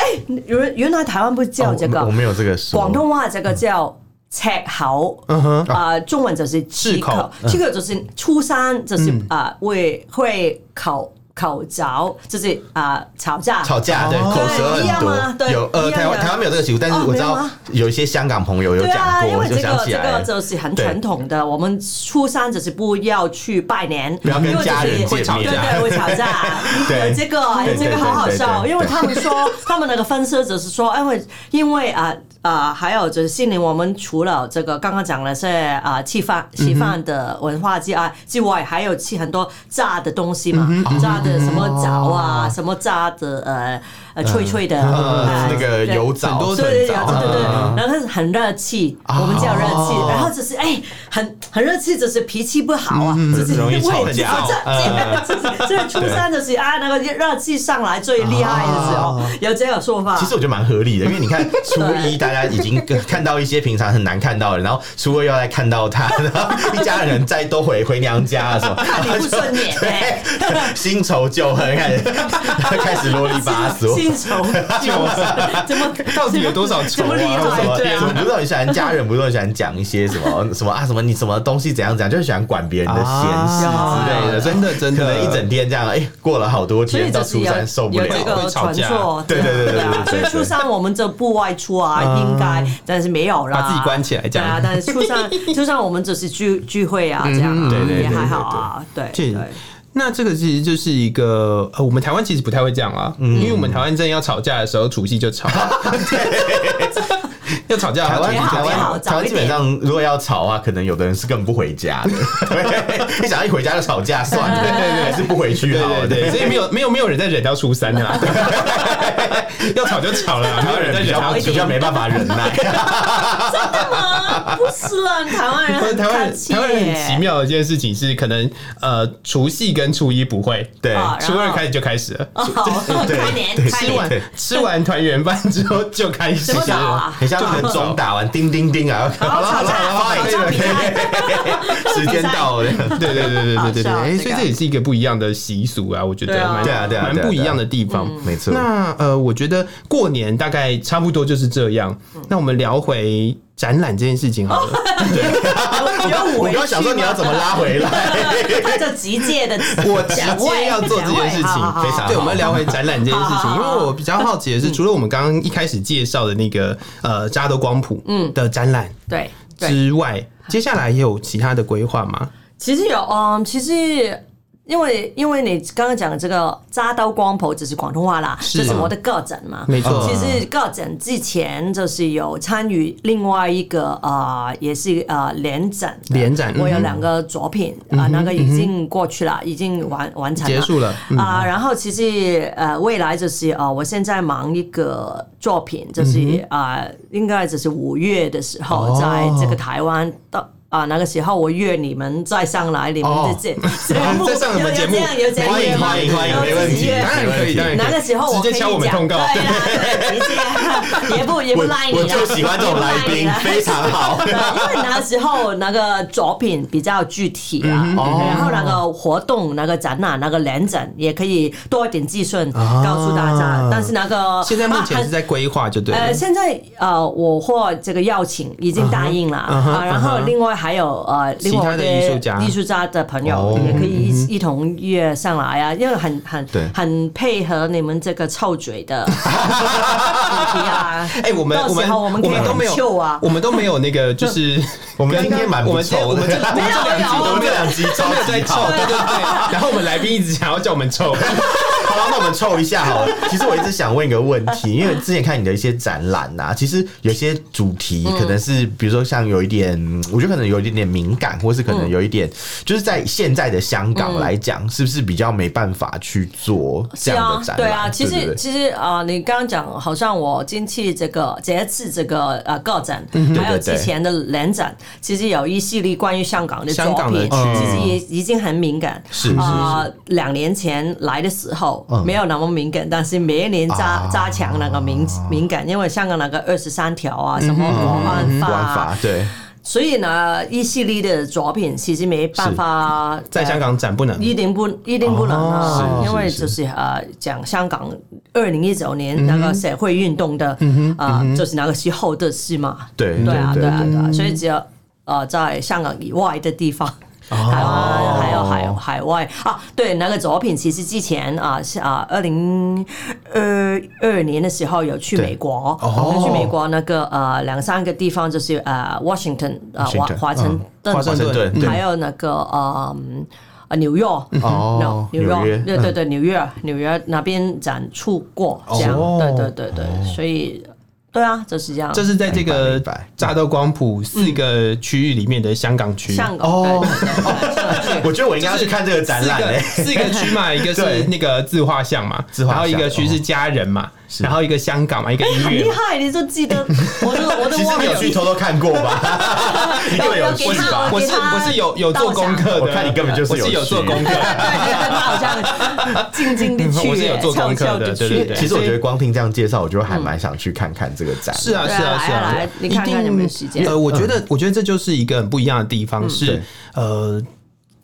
[SPEAKER 1] 原原来台湾不叫这
[SPEAKER 2] 哦我
[SPEAKER 1] 个
[SPEAKER 2] 我，没有这个说
[SPEAKER 1] 广东话这个叫赤口，啊，中文就是
[SPEAKER 3] 赤
[SPEAKER 1] 赤
[SPEAKER 3] 口
[SPEAKER 1] 口，赤口就是初三就是啊会会口口角，就是啊吵架，
[SPEAKER 2] 吵架，对，
[SPEAKER 3] 哦
[SPEAKER 2] 口舌
[SPEAKER 1] 对
[SPEAKER 2] 很
[SPEAKER 1] 一样吗
[SPEAKER 2] 多，
[SPEAKER 1] 对
[SPEAKER 2] 有呃，
[SPEAKER 1] 一样
[SPEAKER 2] 台湾
[SPEAKER 1] 的
[SPEAKER 2] 台湾没有这个习俗，但是
[SPEAKER 1] 哦
[SPEAKER 2] 我知
[SPEAKER 1] 没有
[SPEAKER 2] 道
[SPEAKER 1] 吗
[SPEAKER 2] 有一些香港朋友有
[SPEAKER 1] 对
[SPEAKER 2] 讲
[SPEAKER 1] 啊，
[SPEAKER 2] 过，
[SPEAKER 1] 因
[SPEAKER 2] 我
[SPEAKER 1] 为
[SPEAKER 2] 就
[SPEAKER 1] 这
[SPEAKER 2] 想
[SPEAKER 1] 个
[SPEAKER 2] 起
[SPEAKER 1] 这
[SPEAKER 2] 来
[SPEAKER 1] 个
[SPEAKER 2] 了。
[SPEAKER 1] 就是很传统的，我们初三就是不要去拜年，
[SPEAKER 2] 不要跟
[SPEAKER 1] 因为就是
[SPEAKER 2] 家人见面。
[SPEAKER 1] 会吵对对，会吵架
[SPEAKER 2] 对
[SPEAKER 1] 有这个，有这个好好笑，哦
[SPEAKER 2] 对对对对对
[SPEAKER 1] 因为他们说他们那个分社者是说，因为因为啊。啊、还有就是心灵，我们除了这个刚刚讲的是啊、吃
[SPEAKER 2] 嗯
[SPEAKER 1] 饭吃饭的文化之外之外，还有吃很多炸的东西嘛，
[SPEAKER 2] 嗯
[SPEAKER 1] 炸的什么枣啊，什么炸的呃呃脆脆的，
[SPEAKER 2] 呃
[SPEAKER 1] 啊，
[SPEAKER 2] 嗯那个
[SPEAKER 1] 对
[SPEAKER 2] 油枣，嗯
[SPEAKER 3] 很多
[SPEAKER 1] 对对对对
[SPEAKER 3] 很
[SPEAKER 2] 早
[SPEAKER 1] 对对，
[SPEAKER 2] 啊
[SPEAKER 1] 然后很热气，我们叫热气，
[SPEAKER 2] 哦
[SPEAKER 1] 然后就是哎，很很热气，就是脾气不好啊，就是
[SPEAKER 2] 容易吵
[SPEAKER 1] 胃
[SPEAKER 2] 架
[SPEAKER 1] 这
[SPEAKER 2] 嗯
[SPEAKER 1] 这这 这初三就是啊，那个热气上来最厉害的时候，有这样说法
[SPEAKER 2] 啊其。实我觉得蛮合 理的，因为你看初一大家已经看到一些平常很难看到的，然后初二又来看到 他，然后一家人再都回回娘家的时候，
[SPEAKER 1] 看你不顺眼哎
[SPEAKER 2] 对，新仇旧恨开始开始啰里吧嗦，
[SPEAKER 1] 心应酬， 怎么
[SPEAKER 3] 到底有多少
[SPEAKER 1] 怎
[SPEAKER 3] 仇
[SPEAKER 1] 么
[SPEAKER 3] 啊？
[SPEAKER 1] 厉害
[SPEAKER 2] 什么？
[SPEAKER 1] 对啊
[SPEAKER 2] 什么不是很喜欢家人，不是很喜欢讲一些什么什么啊什么你什么东西怎样怎样，就是喜欢管别人的闲事
[SPEAKER 3] 啊
[SPEAKER 2] 之类的，所以
[SPEAKER 3] 真的真的
[SPEAKER 2] 可能一整天这样，哎，过了好多
[SPEAKER 1] 所以
[SPEAKER 2] 天到
[SPEAKER 1] 这是
[SPEAKER 2] 初
[SPEAKER 1] 有
[SPEAKER 2] 三受不
[SPEAKER 1] 有
[SPEAKER 2] 了，
[SPEAKER 1] 这
[SPEAKER 3] 会
[SPEAKER 1] 个
[SPEAKER 3] 吵
[SPEAKER 1] 传
[SPEAKER 3] 架
[SPEAKER 1] 说，
[SPEAKER 2] 对对对对
[SPEAKER 1] 啊
[SPEAKER 2] 对对
[SPEAKER 1] 所以
[SPEAKER 2] 对
[SPEAKER 1] 初三我们这不外出啊，应该但是没有啦，
[SPEAKER 3] 把自己关起来这样
[SPEAKER 1] 对啊，但是初三初三我们只是聚聚会啊，这样啊
[SPEAKER 2] 对对对
[SPEAKER 1] 也还
[SPEAKER 2] 对
[SPEAKER 1] 好啊，对
[SPEAKER 3] 这
[SPEAKER 1] 对。
[SPEAKER 3] 那这个其实就是一个，呃，我们台湾其实不太会这样啦，
[SPEAKER 2] 嗯
[SPEAKER 3] 因为我们台湾真的要吵架的时候，除夕 就吵，要吵架
[SPEAKER 2] 台
[SPEAKER 3] 的话，
[SPEAKER 2] 湾
[SPEAKER 1] 也好
[SPEAKER 2] 台
[SPEAKER 1] 也好
[SPEAKER 2] 湾
[SPEAKER 1] 早
[SPEAKER 2] 台湾
[SPEAKER 1] 一
[SPEAKER 2] 基本
[SPEAKER 1] 点
[SPEAKER 2] 上，如果要吵啊，可能有的人是根本不回家的，对，一想到一回家就吵架，算了，还是不回去好了。
[SPEAKER 3] 对对对，所以没有没有没有人在忍到初三的 啦，要吵就吵 了啦，没
[SPEAKER 2] 台
[SPEAKER 3] 有
[SPEAKER 2] 湾
[SPEAKER 3] 人在
[SPEAKER 2] 人比
[SPEAKER 3] 忍
[SPEAKER 2] 较
[SPEAKER 3] 到初
[SPEAKER 2] 比较没办法忍耐，
[SPEAKER 1] 啊，不是啦，台湾人
[SPEAKER 3] 不是
[SPEAKER 1] 很
[SPEAKER 3] 台湾人，
[SPEAKER 1] 客气
[SPEAKER 3] 台湾人很
[SPEAKER 1] 耶
[SPEAKER 3] 奇妙的一件事情是，可能呃除夕跟初一不会，
[SPEAKER 2] 对
[SPEAKER 1] 啊然后
[SPEAKER 3] 初二开始就开始了，
[SPEAKER 1] 哦，
[SPEAKER 2] 对
[SPEAKER 1] 开年
[SPEAKER 2] 对
[SPEAKER 1] 开
[SPEAKER 3] 吃
[SPEAKER 1] 年
[SPEAKER 3] 完吃完团圆饭之后就开始
[SPEAKER 1] 什么早
[SPEAKER 3] 了。
[SPEAKER 1] 啊？
[SPEAKER 2] 很像那个钟打完叮叮叮啊，
[SPEAKER 1] 好
[SPEAKER 2] 了
[SPEAKER 1] 吵架
[SPEAKER 2] 好了，
[SPEAKER 1] 吵架比赛，
[SPEAKER 2] 时间到了。
[SPEAKER 3] 对对对对对对对，
[SPEAKER 1] 好笑
[SPEAKER 3] 哎，
[SPEAKER 1] 这个
[SPEAKER 3] 所以这也是一个不一样的习俗啊，嗯我觉
[SPEAKER 1] 对
[SPEAKER 3] 得
[SPEAKER 1] 啊
[SPEAKER 3] 蛮
[SPEAKER 2] 对啊对啊
[SPEAKER 3] 蛮
[SPEAKER 2] 对啊
[SPEAKER 3] 不一
[SPEAKER 2] 对啊
[SPEAKER 3] 样的地方。
[SPEAKER 2] 没错，
[SPEAKER 3] 那呃，我觉得过年大概差不多就是这样。那我们聊回展览这件事情好了。
[SPEAKER 1] 有
[SPEAKER 2] 我刚
[SPEAKER 1] 五位
[SPEAKER 2] 刚想说你要怎么拉回来，
[SPEAKER 1] 他这极界的职
[SPEAKER 3] 我直
[SPEAKER 1] 讲位
[SPEAKER 3] 接要做这件事情，
[SPEAKER 1] 讲位好好好嗯
[SPEAKER 3] 非常好对。我们聊回展览这件事
[SPEAKER 1] 好
[SPEAKER 3] 情，
[SPEAKER 1] 好
[SPEAKER 3] 因
[SPEAKER 1] 好
[SPEAKER 3] 为我比较好奇的是，除了我们刚刚一开始介绍的那个呃扎德光谱嗯的展览
[SPEAKER 1] 对嗯对。
[SPEAKER 3] 之外，接下来也有其他的规划吗？
[SPEAKER 1] 其实有，嗯，其实因为因为你刚刚讲的这个扎刀光谱只是广东话啦，
[SPEAKER 3] 是
[SPEAKER 1] 这是我的个展嘛。
[SPEAKER 3] 没错
[SPEAKER 1] 其实个展之前就是有参与另外一个呃，也是呃联展的，
[SPEAKER 3] 联展嗯嗯
[SPEAKER 1] 我有两个作品啊、那个已经过去了，已经完完成了，
[SPEAKER 3] 结束了嗯
[SPEAKER 1] 啊、然后其实呃，未来就是呃，我现在忙一个作品，就是啊、呃应该就是五月的时候，
[SPEAKER 3] 嗯哦
[SPEAKER 1] 在这个台湾的啊、那个时候，我约你们再上来，你们
[SPEAKER 2] 哦
[SPEAKER 1] 这这节目
[SPEAKER 3] 再啊上我们节
[SPEAKER 1] 有
[SPEAKER 3] 目
[SPEAKER 1] 这样有这样
[SPEAKER 2] 欢迎
[SPEAKER 1] 约吗
[SPEAKER 2] 欢迎欢迎，没问题，
[SPEAKER 3] 当然可以，当然可以。
[SPEAKER 1] 那个时候我可
[SPEAKER 3] 直
[SPEAKER 1] 以
[SPEAKER 3] 接敲我们
[SPEAKER 1] 讲
[SPEAKER 3] 通告，
[SPEAKER 1] 对啊，对直接也 不也不
[SPEAKER 2] 我
[SPEAKER 1] 赖你
[SPEAKER 2] 我
[SPEAKER 1] 了，
[SPEAKER 2] 就喜欢这种来
[SPEAKER 1] 也不
[SPEAKER 2] 宾
[SPEAKER 1] 赖，你了
[SPEAKER 2] 非常好。
[SPEAKER 1] 对 因为那时候那个作品比较具体啊，
[SPEAKER 3] 嗯
[SPEAKER 1] 然后那个活动、那个展览、那个联展也可以多一点资讯告诉大家
[SPEAKER 3] 啊。
[SPEAKER 1] 但是那个
[SPEAKER 3] 现在目前
[SPEAKER 1] 啊
[SPEAKER 3] 是在规划，就对了
[SPEAKER 1] 呃，。现在呃，我获这个邀请已经答应了
[SPEAKER 3] 嗯哼嗯
[SPEAKER 1] 啊，
[SPEAKER 3] 哼
[SPEAKER 1] 然后另外还有呃，另外
[SPEAKER 3] 其他的艺术家
[SPEAKER 1] 艺术家的朋
[SPEAKER 2] 哦
[SPEAKER 1] 友也可以一一同约上来
[SPEAKER 3] 嗯
[SPEAKER 1] 啊，因为很很
[SPEAKER 2] 对
[SPEAKER 1] 很配合你们这个臭嘴 的主题啊。
[SPEAKER 3] 哎、我们
[SPEAKER 1] 到
[SPEAKER 3] 我
[SPEAKER 1] 时
[SPEAKER 3] 们
[SPEAKER 1] 候我们可以
[SPEAKER 3] 都没有
[SPEAKER 1] 很秀啊
[SPEAKER 3] 我们都没有那 个，就是
[SPEAKER 2] 我们今天蛮
[SPEAKER 3] 我
[SPEAKER 2] 不
[SPEAKER 3] 们这
[SPEAKER 2] 错
[SPEAKER 3] 我
[SPEAKER 2] 的
[SPEAKER 3] 们这我们这两集
[SPEAKER 2] 我
[SPEAKER 3] 都
[SPEAKER 2] 们
[SPEAKER 3] 没
[SPEAKER 2] 这
[SPEAKER 3] 有
[SPEAKER 2] 两集
[SPEAKER 3] 都
[SPEAKER 2] 超
[SPEAKER 3] 没有在
[SPEAKER 2] 级
[SPEAKER 3] 臭，
[SPEAKER 2] 好。
[SPEAKER 3] 对对对。然后我们来宾一直想要叫我们臭，
[SPEAKER 2] 好了，那我们凑一下 好了。其实我一直想问一个问题，因为之前看你的一些展览呐、其实有些主题
[SPEAKER 1] 嗯
[SPEAKER 2] 可能是，比如说像有一点，嗯我觉得可能有一点点敏感，或是可能有一
[SPEAKER 1] 嗯
[SPEAKER 2] 点，就是在现在的香港来讲，是不是比较没办法去做
[SPEAKER 1] 是
[SPEAKER 2] 这样
[SPEAKER 1] 啊
[SPEAKER 2] 的，展览？
[SPEAKER 1] 对啊，其
[SPEAKER 2] 对
[SPEAKER 1] 实
[SPEAKER 2] 对
[SPEAKER 1] 其实啊，呃你刚刚讲，好像我进去这个呃这一次这个呃个展，还有
[SPEAKER 2] 嗯对对
[SPEAKER 1] 之
[SPEAKER 2] 对
[SPEAKER 1] 前的联展，其实有一系列关于香港的
[SPEAKER 3] 香
[SPEAKER 1] 作
[SPEAKER 3] 港的
[SPEAKER 1] 品，
[SPEAKER 3] 区
[SPEAKER 1] 其实也已经很敏感。
[SPEAKER 2] 是是
[SPEAKER 1] 啊，两年前来的时候
[SPEAKER 2] 嗯
[SPEAKER 1] 没有那么敏感，但是每一年加
[SPEAKER 2] 啊
[SPEAKER 1] 加强那个敏敏感，因为香港那个二十三条
[SPEAKER 2] 嗯
[SPEAKER 1] 啊，什么国安
[SPEAKER 2] 国
[SPEAKER 1] 法
[SPEAKER 2] 安
[SPEAKER 1] 啊
[SPEAKER 2] 法，对，
[SPEAKER 1] 所以呢，一系列的作品其实没办法
[SPEAKER 3] 在香港展不能。
[SPEAKER 1] 一定不一定不能啊，
[SPEAKER 2] 哦是
[SPEAKER 1] 因为
[SPEAKER 2] 是
[SPEAKER 1] 就是呃，讲香港二零一九年那个社会运动的
[SPEAKER 2] 嗯
[SPEAKER 1] 啊，就是那个时候的事嘛。
[SPEAKER 2] 对
[SPEAKER 1] 对
[SPEAKER 2] 嗯
[SPEAKER 1] 啊，
[SPEAKER 2] 对
[SPEAKER 1] 对啊，
[SPEAKER 2] 对
[SPEAKER 1] 对啊，所以只要呃，在香港以外的地方。
[SPEAKER 2] 哦
[SPEAKER 1] 台湾还有海海外啊，对那个作品，其实之前啊是啊，二零二二年的时候有去
[SPEAKER 2] 对
[SPEAKER 1] 美国，
[SPEAKER 3] 哦
[SPEAKER 1] 有去美国那个呃两三个地方，就是呃 Washington 啊华
[SPEAKER 2] Washington，
[SPEAKER 1] 华盛顿
[SPEAKER 3] 华盛
[SPEAKER 2] 华盛顿
[SPEAKER 3] 顿，
[SPEAKER 2] 对
[SPEAKER 1] 还有那个呃嗯呃纽约
[SPEAKER 2] 哦
[SPEAKER 1] no，纽
[SPEAKER 2] 纽约
[SPEAKER 1] 约，对对对，纽约纽约那边展出过这样
[SPEAKER 3] 嗯哦，
[SPEAKER 1] 对对对对，所以对啊，就是这样，
[SPEAKER 3] 这是在这个
[SPEAKER 2] 明白明白
[SPEAKER 3] 乍到光谱四个区域里面的香港区，
[SPEAKER 1] 香港对对对对香港
[SPEAKER 2] 我觉得我应该要去看这个展览欸嘞、
[SPEAKER 3] 四个四个区嘛，一个 是
[SPEAKER 2] 对
[SPEAKER 3] 那个自画像嘛，
[SPEAKER 2] 自画
[SPEAKER 3] 然
[SPEAKER 2] 像哦
[SPEAKER 3] 后一个区是家人嘛，然后一个香港嘛，一个音
[SPEAKER 1] 很
[SPEAKER 3] 乐
[SPEAKER 1] 厉
[SPEAKER 3] 嘛。
[SPEAKER 1] 害，你就记 得，我都我都
[SPEAKER 2] 其实
[SPEAKER 1] 忘
[SPEAKER 2] 你有
[SPEAKER 1] 了。
[SPEAKER 2] 去偷偷看过吧？ 你根本有去
[SPEAKER 1] 我给他
[SPEAKER 2] 吧？
[SPEAKER 3] 我是
[SPEAKER 1] 啊给他
[SPEAKER 3] 我是有有做功课的，
[SPEAKER 2] 我看你根本就是
[SPEAKER 3] 我是
[SPEAKER 2] 有
[SPEAKER 3] 有做
[SPEAKER 2] 去
[SPEAKER 3] 功课。
[SPEAKER 1] 他好像静静的去，
[SPEAKER 3] 我是有做功课
[SPEAKER 1] 悄悄
[SPEAKER 3] 的
[SPEAKER 1] 地去
[SPEAKER 3] 对对对
[SPEAKER 2] 其实我觉得光听这样介绍，我就还蛮想去看看这个展。
[SPEAKER 3] 是啊，
[SPEAKER 1] 对
[SPEAKER 3] 是
[SPEAKER 1] 啊
[SPEAKER 3] 啊，
[SPEAKER 1] 来
[SPEAKER 3] 是
[SPEAKER 1] 啊
[SPEAKER 3] 啊，
[SPEAKER 1] 来
[SPEAKER 3] 一
[SPEAKER 1] 你看看
[SPEAKER 3] 定
[SPEAKER 1] 有没有时间
[SPEAKER 3] 呃，我觉得，我觉得这就是一个很不一样的地方，
[SPEAKER 2] 嗯
[SPEAKER 3] 是
[SPEAKER 2] 对
[SPEAKER 3] 呃，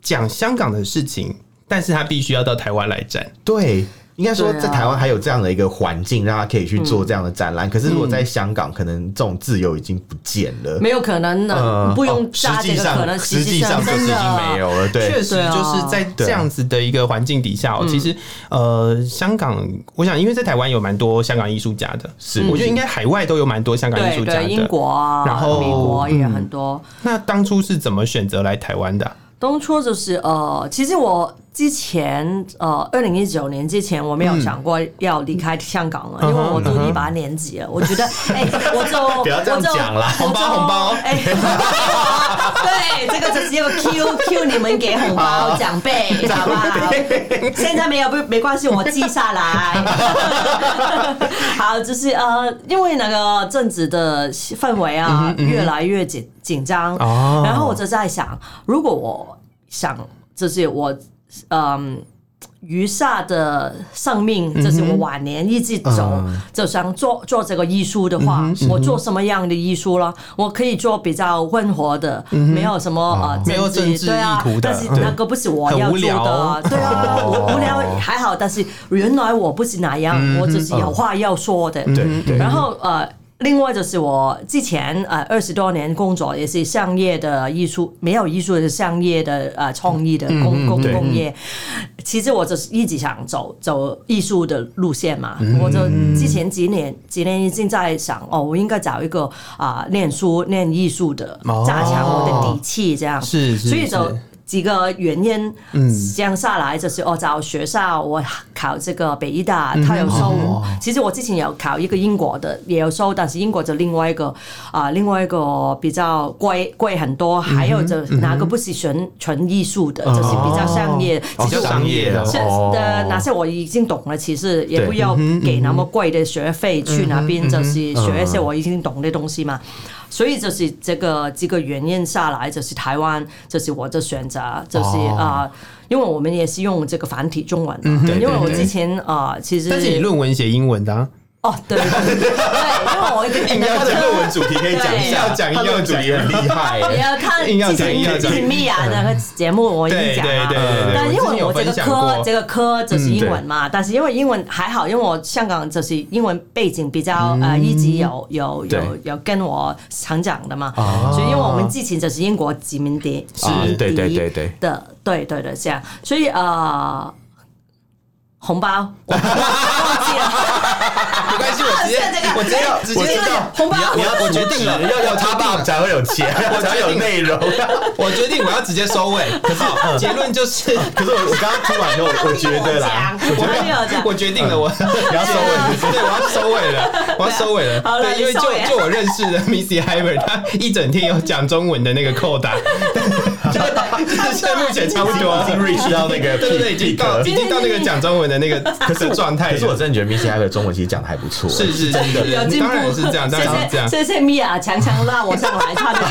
[SPEAKER 3] 讲香港的事情，但是他必须要到台湾来站。
[SPEAKER 2] 对，应该说
[SPEAKER 1] 对啊
[SPEAKER 2] 在台湾还有这样的一个环境，让他可以去做这样的展览。可是如果在香港，可能这种自由已经不见了。
[SPEAKER 1] 没有可能的，
[SPEAKER 3] 嗯
[SPEAKER 2] 呃
[SPEAKER 1] 不
[SPEAKER 2] 哦
[SPEAKER 1] 用加
[SPEAKER 2] 实
[SPEAKER 1] 这
[SPEAKER 2] 际
[SPEAKER 1] 个可
[SPEAKER 2] 上
[SPEAKER 1] 能，
[SPEAKER 2] 实际
[SPEAKER 1] 上
[SPEAKER 2] 上就是
[SPEAKER 1] 真
[SPEAKER 2] 已
[SPEAKER 1] 的
[SPEAKER 2] 经没有了。
[SPEAKER 3] 确
[SPEAKER 2] 对，
[SPEAKER 3] 实
[SPEAKER 1] 对啊
[SPEAKER 3] 就是在这样子的一个环境底下、哦，其实呃，香港，我想因为在台湾有蛮多香港艺术家的，
[SPEAKER 2] 是
[SPEAKER 3] 我觉得应该海外都有蛮多香港艺
[SPEAKER 1] 对
[SPEAKER 3] 术家
[SPEAKER 1] 对，英
[SPEAKER 3] 的。
[SPEAKER 1] 国啊，
[SPEAKER 3] 然后
[SPEAKER 1] 美国也很多。
[SPEAKER 3] 那当初是怎么选择来台湾的啊？
[SPEAKER 1] 当初就是呃，其实我之前呃，二零一九年之前我没有想过要离开香港了，啊因为我都一把年纪了，我觉得哎、我就
[SPEAKER 2] 不要这样
[SPEAKER 1] 我就
[SPEAKER 2] 讲啦
[SPEAKER 1] 我就
[SPEAKER 3] 红包红包
[SPEAKER 1] 哎、 对，这个只是一个 Q Q 你们给红包奖杯，好不好？现在没有不没关系，我记下来。 好，就是呃，因为那个政治的氛围
[SPEAKER 3] 嗯
[SPEAKER 1] 啊，越来越紧紧张，
[SPEAKER 3] 哦
[SPEAKER 1] 然后我就在想，如果我想，就是我嗯。余下的生命，就是我晚年一直走，
[SPEAKER 3] 嗯
[SPEAKER 1] 就想做做这个艺术的话，我做什么样的艺术了？我可以做比较温和的，没有什么、呃
[SPEAKER 3] 嗯哦没有政治
[SPEAKER 1] 对啊
[SPEAKER 3] 意图的
[SPEAKER 1] 但是那个不是我要做
[SPEAKER 3] 对
[SPEAKER 1] 的啊，
[SPEAKER 3] 很无聊
[SPEAKER 1] 对啊，
[SPEAKER 2] 哦
[SPEAKER 1] 无无聊还好，但是原来我不是那样，
[SPEAKER 3] 嗯
[SPEAKER 1] 我就是有话要说的，
[SPEAKER 2] 对嗯对
[SPEAKER 1] 然后呃，另外就是我之前呃二十多年工作也是商业的艺术，没有艺术的商业的呃创意的
[SPEAKER 3] 嗯
[SPEAKER 1] 工工
[SPEAKER 2] 对
[SPEAKER 1] 工业。其实我就是一直想走走艺术的路线嘛，
[SPEAKER 3] 嗯
[SPEAKER 1] 我就之前几年几年已经在想哦，我应该找一个啊、念书念艺术的
[SPEAKER 3] 哦，
[SPEAKER 1] 加强我的底气这样。
[SPEAKER 3] 是是嗯
[SPEAKER 1] 所以就是几个原因，这样下来哦就是我找学校，我考这个北医大，
[SPEAKER 3] 嗯
[SPEAKER 1] 他有收
[SPEAKER 3] 哦
[SPEAKER 1] 我。其实我之前有考一个英国的，也有收，但是英国就另外一个啊、另外一个比较贵贵很多，还有
[SPEAKER 3] 嗯
[SPEAKER 1] 就哪个不是纯纯艺术的，就是比较商业，
[SPEAKER 2] 哦
[SPEAKER 1] 其实我
[SPEAKER 2] 商业的哦
[SPEAKER 1] 是
[SPEAKER 3] 哦
[SPEAKER 1] 的，uh, 那些我已经懂了，其实也不要
[SPEAKER 3] 嗯
[SPEAKER 1] 给那么贵的学费去那边，就是学一些我已经懂的东
[SPEAKER 3] 嗯
[SPEAKER 1] 西嘛。所以就是这个这个原因下来，就是台湾，就是我的选择，就是
[SPEAKER 3] 哦嗯
[SPEAKER 1] 啊、呃因为我们也是用这个繁体中文嘛，
[SPEAKER 2] 对
[SPEAKER 1] 因为我
[SPEAKER 2] 对
[SPEAKER 1] 之前啊、呃其实
[SPEAKER 3] 但是你论文写英文的、啊，
[SPEAKER 1] 哦，对对对，对因为我一
[SPEAKER 2] 应该他的论文主题可以讲一下，
[SPEAKER 3] 对
[SPEAKER 2] 他论文主题很厉害、
[SPEAKER 1] 你
[SPEAKER 2] 欸。
[SPEAKER 1] 要看
[SPEAKER 3] 硬要
[SPEAKER 1] 之
[SPEAKER 3] 讲
[SPEAKER 1] 前
[SPEAKER 3] 硬要
[SPEAKER 1] 之
[SPEAKER 3] 讲
[SPEAKER 1] 前蜜雅啊那个节目，我已经
[SPEAKER 3] 对
[SPEAKER 1] 讲啊
[SPEAKER 3] 对
[SPEAKER 1] 了
[SPEAKER 3] 对。对，
[SPEAKER 1] 但因
[SPEAKER 3] 我之前
[SPEAKER 1] 为
[SPEAKER 3] 有
[SPEAKER 1] 我这
[SPEAKER 3] 分
[SPEAKER 1] 个
[SPEAKER 3] 享
[SPEAKER 1] 科
[SPEAKER 3] 过嗯
[SPEAKER 1] 这个科就是英文嘛，但是因为英文还好，因为我香港就是英文背景比较
[SPEAKER 3] 嗯
[SPEAKER 1] 呃一直有有
[SPEAKER 2] 对
[SPEAKER 1] 有有跟我成长的嘛，
[SPEAKER 3] 啊
[SPEAKER 1] 所以因为我们之前就是英国殖民地殖
[SPEAKER 2] 啊
[SPEAKER 1] 民
[SPEAKER 2] 对对对
[SPEAKER 1] 地
[SPEAKER 2] 对
[SPEAKER 1] 的，对对对这样，所以呃红 包我忘记了，
[SPEAKER 3] 啊没关系，我直接
[SPEAKER 1] 现啊在这个
[SPEAKER 3] 我直接要直
[SPEAKER 2] 我
[SPEAKER 3] 接
[SPEAKER 2] 知
[SPEAKER 1] 这个
[SPEAKER 2] 道
[SPEAKER 1] 红 包
[SPEAKER 2] 你要你要我决定了，要要他爸才会有钱，才会有内容。
[SPEAKER 3] 我决定我要直接收尾。可
[SPEAKER 1] 嗯
[SPEAKER 3] 是结论就是，
[SPEAKER 2] 可是我我刚刚听完以后， 我觉得啦，
[SPEAKER 1] 我讲我没有讲
[SPEAKER 3] 我决定了，我
[SPEAKER 2] 嗯你要收尾。
[SPEAKER 3] 对，我要收尾了，我要收尾了。
[SPEAKER 1] 好了
[SPEAKER 3] 对，因为
[SPEAKER 1] 你
[SPEAKER 3] 就
[SPEAKER 1] 收尾
[SPEAKER 3] 就我认识的 Missy Hyber，他一整天有讲中文的那个扣 打，就是 现在目前差不多
[SPEAKER 2] 已经 reach 到那个
[SPEAKER 3] 对对对，
[SPEAKER 2] peak
[SPEAKER 3] 已经到
[SPEAKER 2] 了
[SPEAKER 3] 已经到那个讲中文的那个可是状态
[SPEAKER 2] 可
[SPEAKER 3] 了。
[SPEAKER 2] 是我真的觉得 Missy h i 的中文其实讲的还不错，
[SPEAKER 3] 是是真的，
[SPEAKER 1] 有进步
[SPEAKER 3] 当然是这样，当
[SPEAKER 1] 谢
[SPEAKER 3] 然
[SPEAKER 1] 谢
[SPEAKER 3] 是这样。
[SPEAKER 1] 谢谢米娅强强拉我上来，差点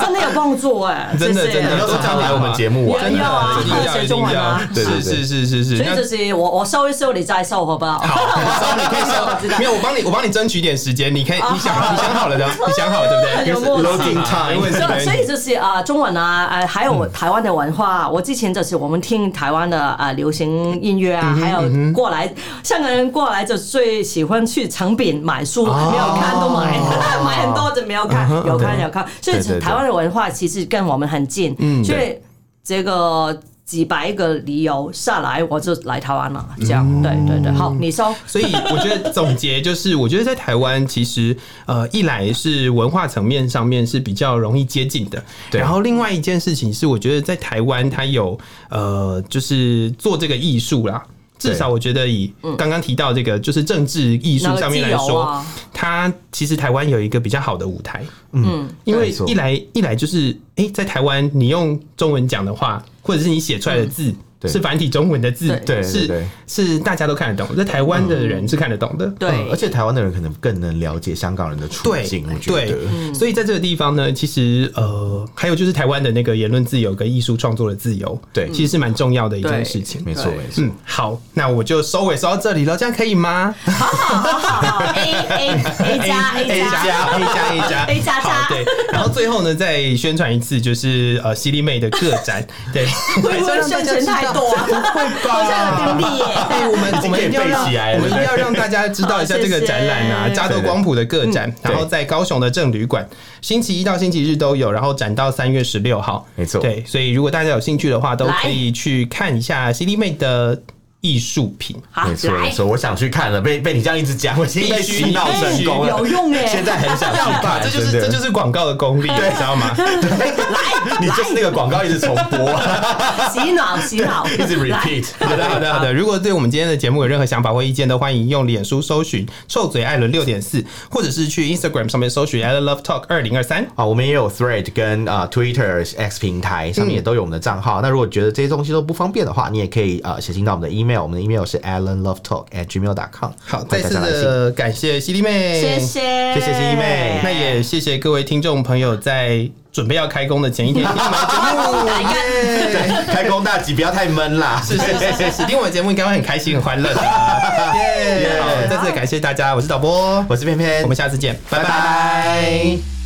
[SPEAKER 1] 真的有帮助哎，
[SPEAKER 3] 真的
[SPEAKER 1] 谢谢
[SPEAKER 3] 真
[SPEAKER 2] 你
[SPEAKER 3] 的
[SPEAKER 2] 要常常来我们节目玩
[SPEAKER 1] 真，的啊
[SPEAKER 3] 一定要一
[SPEAKER 1] 学中
[SPEAKER 3] 定
[SPEAKER 1] 文
[SPEAKER 3] 要
[SPEAKER 1] 啊，
[SPEAKER 2] 对对对
[SPEAKER 3] 是是是是是。
[SPEAKER 1] 所以
[SPEAKER 3] 那
[SPEAKER 1] 就是我我收一收，你再收好不好？
[SPEAKER 3] 好，我收你可 以
[SPEAKER 1] 我知道
[SPEAKER 3] 收，没有我帮你，我帮你争取一点时间，你可以，你想你想好了的，你想好了对不对？
[SPEAKER 1] 有默契
[SPEAKER 2] Loading time
[SPEAKER 3] 因为
[SPEAKER 1] 所以所以就是啊、呃中文啊，呃，还
[SPEAKER 3] 嗯
[SPEAKER 1] 有台湾的文化。我之前就是我们听台湾的啊、呃流行音乐
[SPEAKER 3] 嗯
[SPEAKER 1] 啊，还有过来香港人过来就最喜欢去成品买书，没有看都买，
[SPEAKER 3] 哦
[SPEAKER 1] 买很多就没有看，
[SPEAKER 3] 嗯
[SPEAKER 1] 有看有看。所以
[SPEAKER 2] 对对对
[SPEAKER 1] 台湾的文化其实跟我们很近，
[SPEAKER 3] 嗯
[SPEAKER 1] 所以这个。几百个理由下来，我就来台湾了。
[SPEAKER 3] 嗯
[SPEAKER 1] 这样，对对对，好，你收。
[SPEAKER 3] 所以我觉得总结就是，我觉得在台湾其实呃，一来是文化层面上面是比较容易接近的，
[SPEAKER 2] 对
[SPEAKER 3] 然后另外一件事情是，我觉得在台湾它有呃，就是做这个艺术啦。至
[SPEAKER 2] 对
[SPEAKER 3] 少我觉得以刚刚提到这个就是政治艺术
[SPEAKER 1] 那个
[SPEAKER 3] 上面来
[SPEAKER 1] 自由
[SPEAKER 3] 说，
[SPEAKER 1] 啊
[SPEAKER 3] 它其实台湾有一个比较好的舞台，
[SPEAKER 2] 嗯，
[SPEAKER 3] 因为
[SPEAKER 2] 没错
[SPEAKER 3] 一来一来就是，哎、在台湾你用中文讲的话，或者是你写出来的字、
[SPEAKER 2] 嗯对
[SPEAKER 3] 是繁体中文的字，
[SPEAKER 1] 对
[SPEAKER 2] 对对
[SPEAKER 3] 是
[SPEAKER 2] 对
[SPEAKER 3] 是大家都看得懂，在台湾的人是看得懂的。
[SPEAKER 1] 对
[SPEAKER 2] 嗯而且台湾的人可能更能了解香港人的处
[SPEAKER 3] 对
[SPEAKER 2] 境，我觉
[SPEAKER 3] 对
[SPEAKER 2] 得。，
[SPEAKER 1] 嗯
[SPEAKER 3] 所以在这个地方呢，其实呃，还有就是台湾的那个言论自由跟艺术创作的自由，
[SPEAKER 2] 对
[SPEAKER 3] 其实是蛮重要的一件
[SPEAKER 1] 对
[SPEAKER 3] 事情。
[SPEAKER 2] 没错
[SPEAKER 1] 对
[SPEAKER 3] 嗯
[SPEAKER 2] 没错，
[SPEAKER 3] 嗯，好，那我就收尾收到这里了，这样可以吗？
[SPEAKER 1] 好好好好，A A A 加
[SPEAKER 3] A 加 A 加 A 加
[SPEAKER 1] A 加
[SPEAKER 3] 好
[SPEAKER 1] 加
[SPEAKER 3] 对。然后最后呢，再宣传一次，就是呃，犀利妹的个展，对，
[SPEAKER 1] 会不会宣传太多啊？
[SPEAKER 3] 会
[SPEAKER 1] 好像有点 厉耶。
[SPEAKER 3] 哎，我们
[SPEAKER 2] 已
[SPEAKER 3] 我
[SPEAKER 2] 经
[SPEAKER 3] 们
[SPEAKER 2] 可以
[SPEAKER 3] 一定要让
[SPEAKER 2] 背起来了
[SPEAKER 3] 我们一定要让大家知道一下这个展 览
[SPEAKER 1] 好
[SPEAKER 3] 啊，
[SPEAKER 1] 谢谢
[SPEAKER 3] 加州光谱的个
[SPEAKER 2] 嗯
[SPEAKER 3] 展，然后在高雄的正旅馆，星期一到星期日都有，然后展到三月十六号，
[SPEAKER 2] 没错
[SPEAKER 3] 对，所以如果大家有兴趣的话，都
[SPEAKER 1] 来
[SPEAKER 3] 可以去看一下犀利妹的艺术品。
[SPEAKER 1] 好，
[SPEAKER 2] 没错没
[SPEAKER 1] 来，
[SPEAKER 2] 错，我想去看了，被被你这样一直讲，我已经被
[SPEAKER 3] 必须
[SPEAKER 2] 洗脑成功了，
[SPEAKER 1] 有用耶
[SPEAKER 2] 现在很想去
[SPEAKER 3] 啊，
[SPEAKER 2] 看，
[SPEAKER 3] 这就是
[SPEAKER 2] 真
[SPEAKER 3] 这
[SPEAKER 2] 的
[SPEAKER 3] 就是广告的哎功力，啊你知道 吗？
[SPEAKER 2] 你就是那个广告一直重播，
[SPEAKER 1] 洗脑洗脑，
[SPEAKER 2] 一直
[SPEAKER 1] 来
[SPEAKER 2] repeat。
[SPEAKER 3] 好啊的，好的，好的。如果对我们今天的节目有任何想法或意见，都欢迎用脸书搜寻“臭嘴艾伦六点四”，或者是去 Instagram 上面搜寻 “Allen Love Talk 二零二三
[SPEAKER 2] 啊，我们也有 Thread 跟啊、呃 Twitter X 平台
[SPEAKER 3] 嗯
[SPEAKER 2] 上面也都有我们的账号。那如果觉得这些东西都不方便的话，你也可以呃写信到我们的 email，我们的 email 是 allenlovetalk at gmail.com ”。。
[SPEAKER 3] 好，
[SPEAKER 2] 欢
[SPEAKER 3] 再
[SPEAKER 2] 迎
[SPEAKER 3] 次
[SPEAKER 2] 大家来信
[SPEAKER 3] 的感谢犀利妹，
[SPEAKER 1] 谢。谢
[SPEAKER 2] 谢谢谢妹
[SPEAKER 3] 那也谢谢各位听众朋友，在准备要开工的前一天听我们的节目，
[SPEAKER 2] 对，开工大吉，不要太闷啦。
[SPEAKER 3] 是是是是，听我们节目应该会很开心、很欢乐的。啊耶！好，再次感谢大家，我是导播，
[SPEAKER 2] 我是偏偏，
[SPEAKER 3] 我们下次见，
[SPEAKER 2] 拜
[SPEAKER 3] 拜
[SPEAKER 2] 拜
[SPEAKER 3] 拜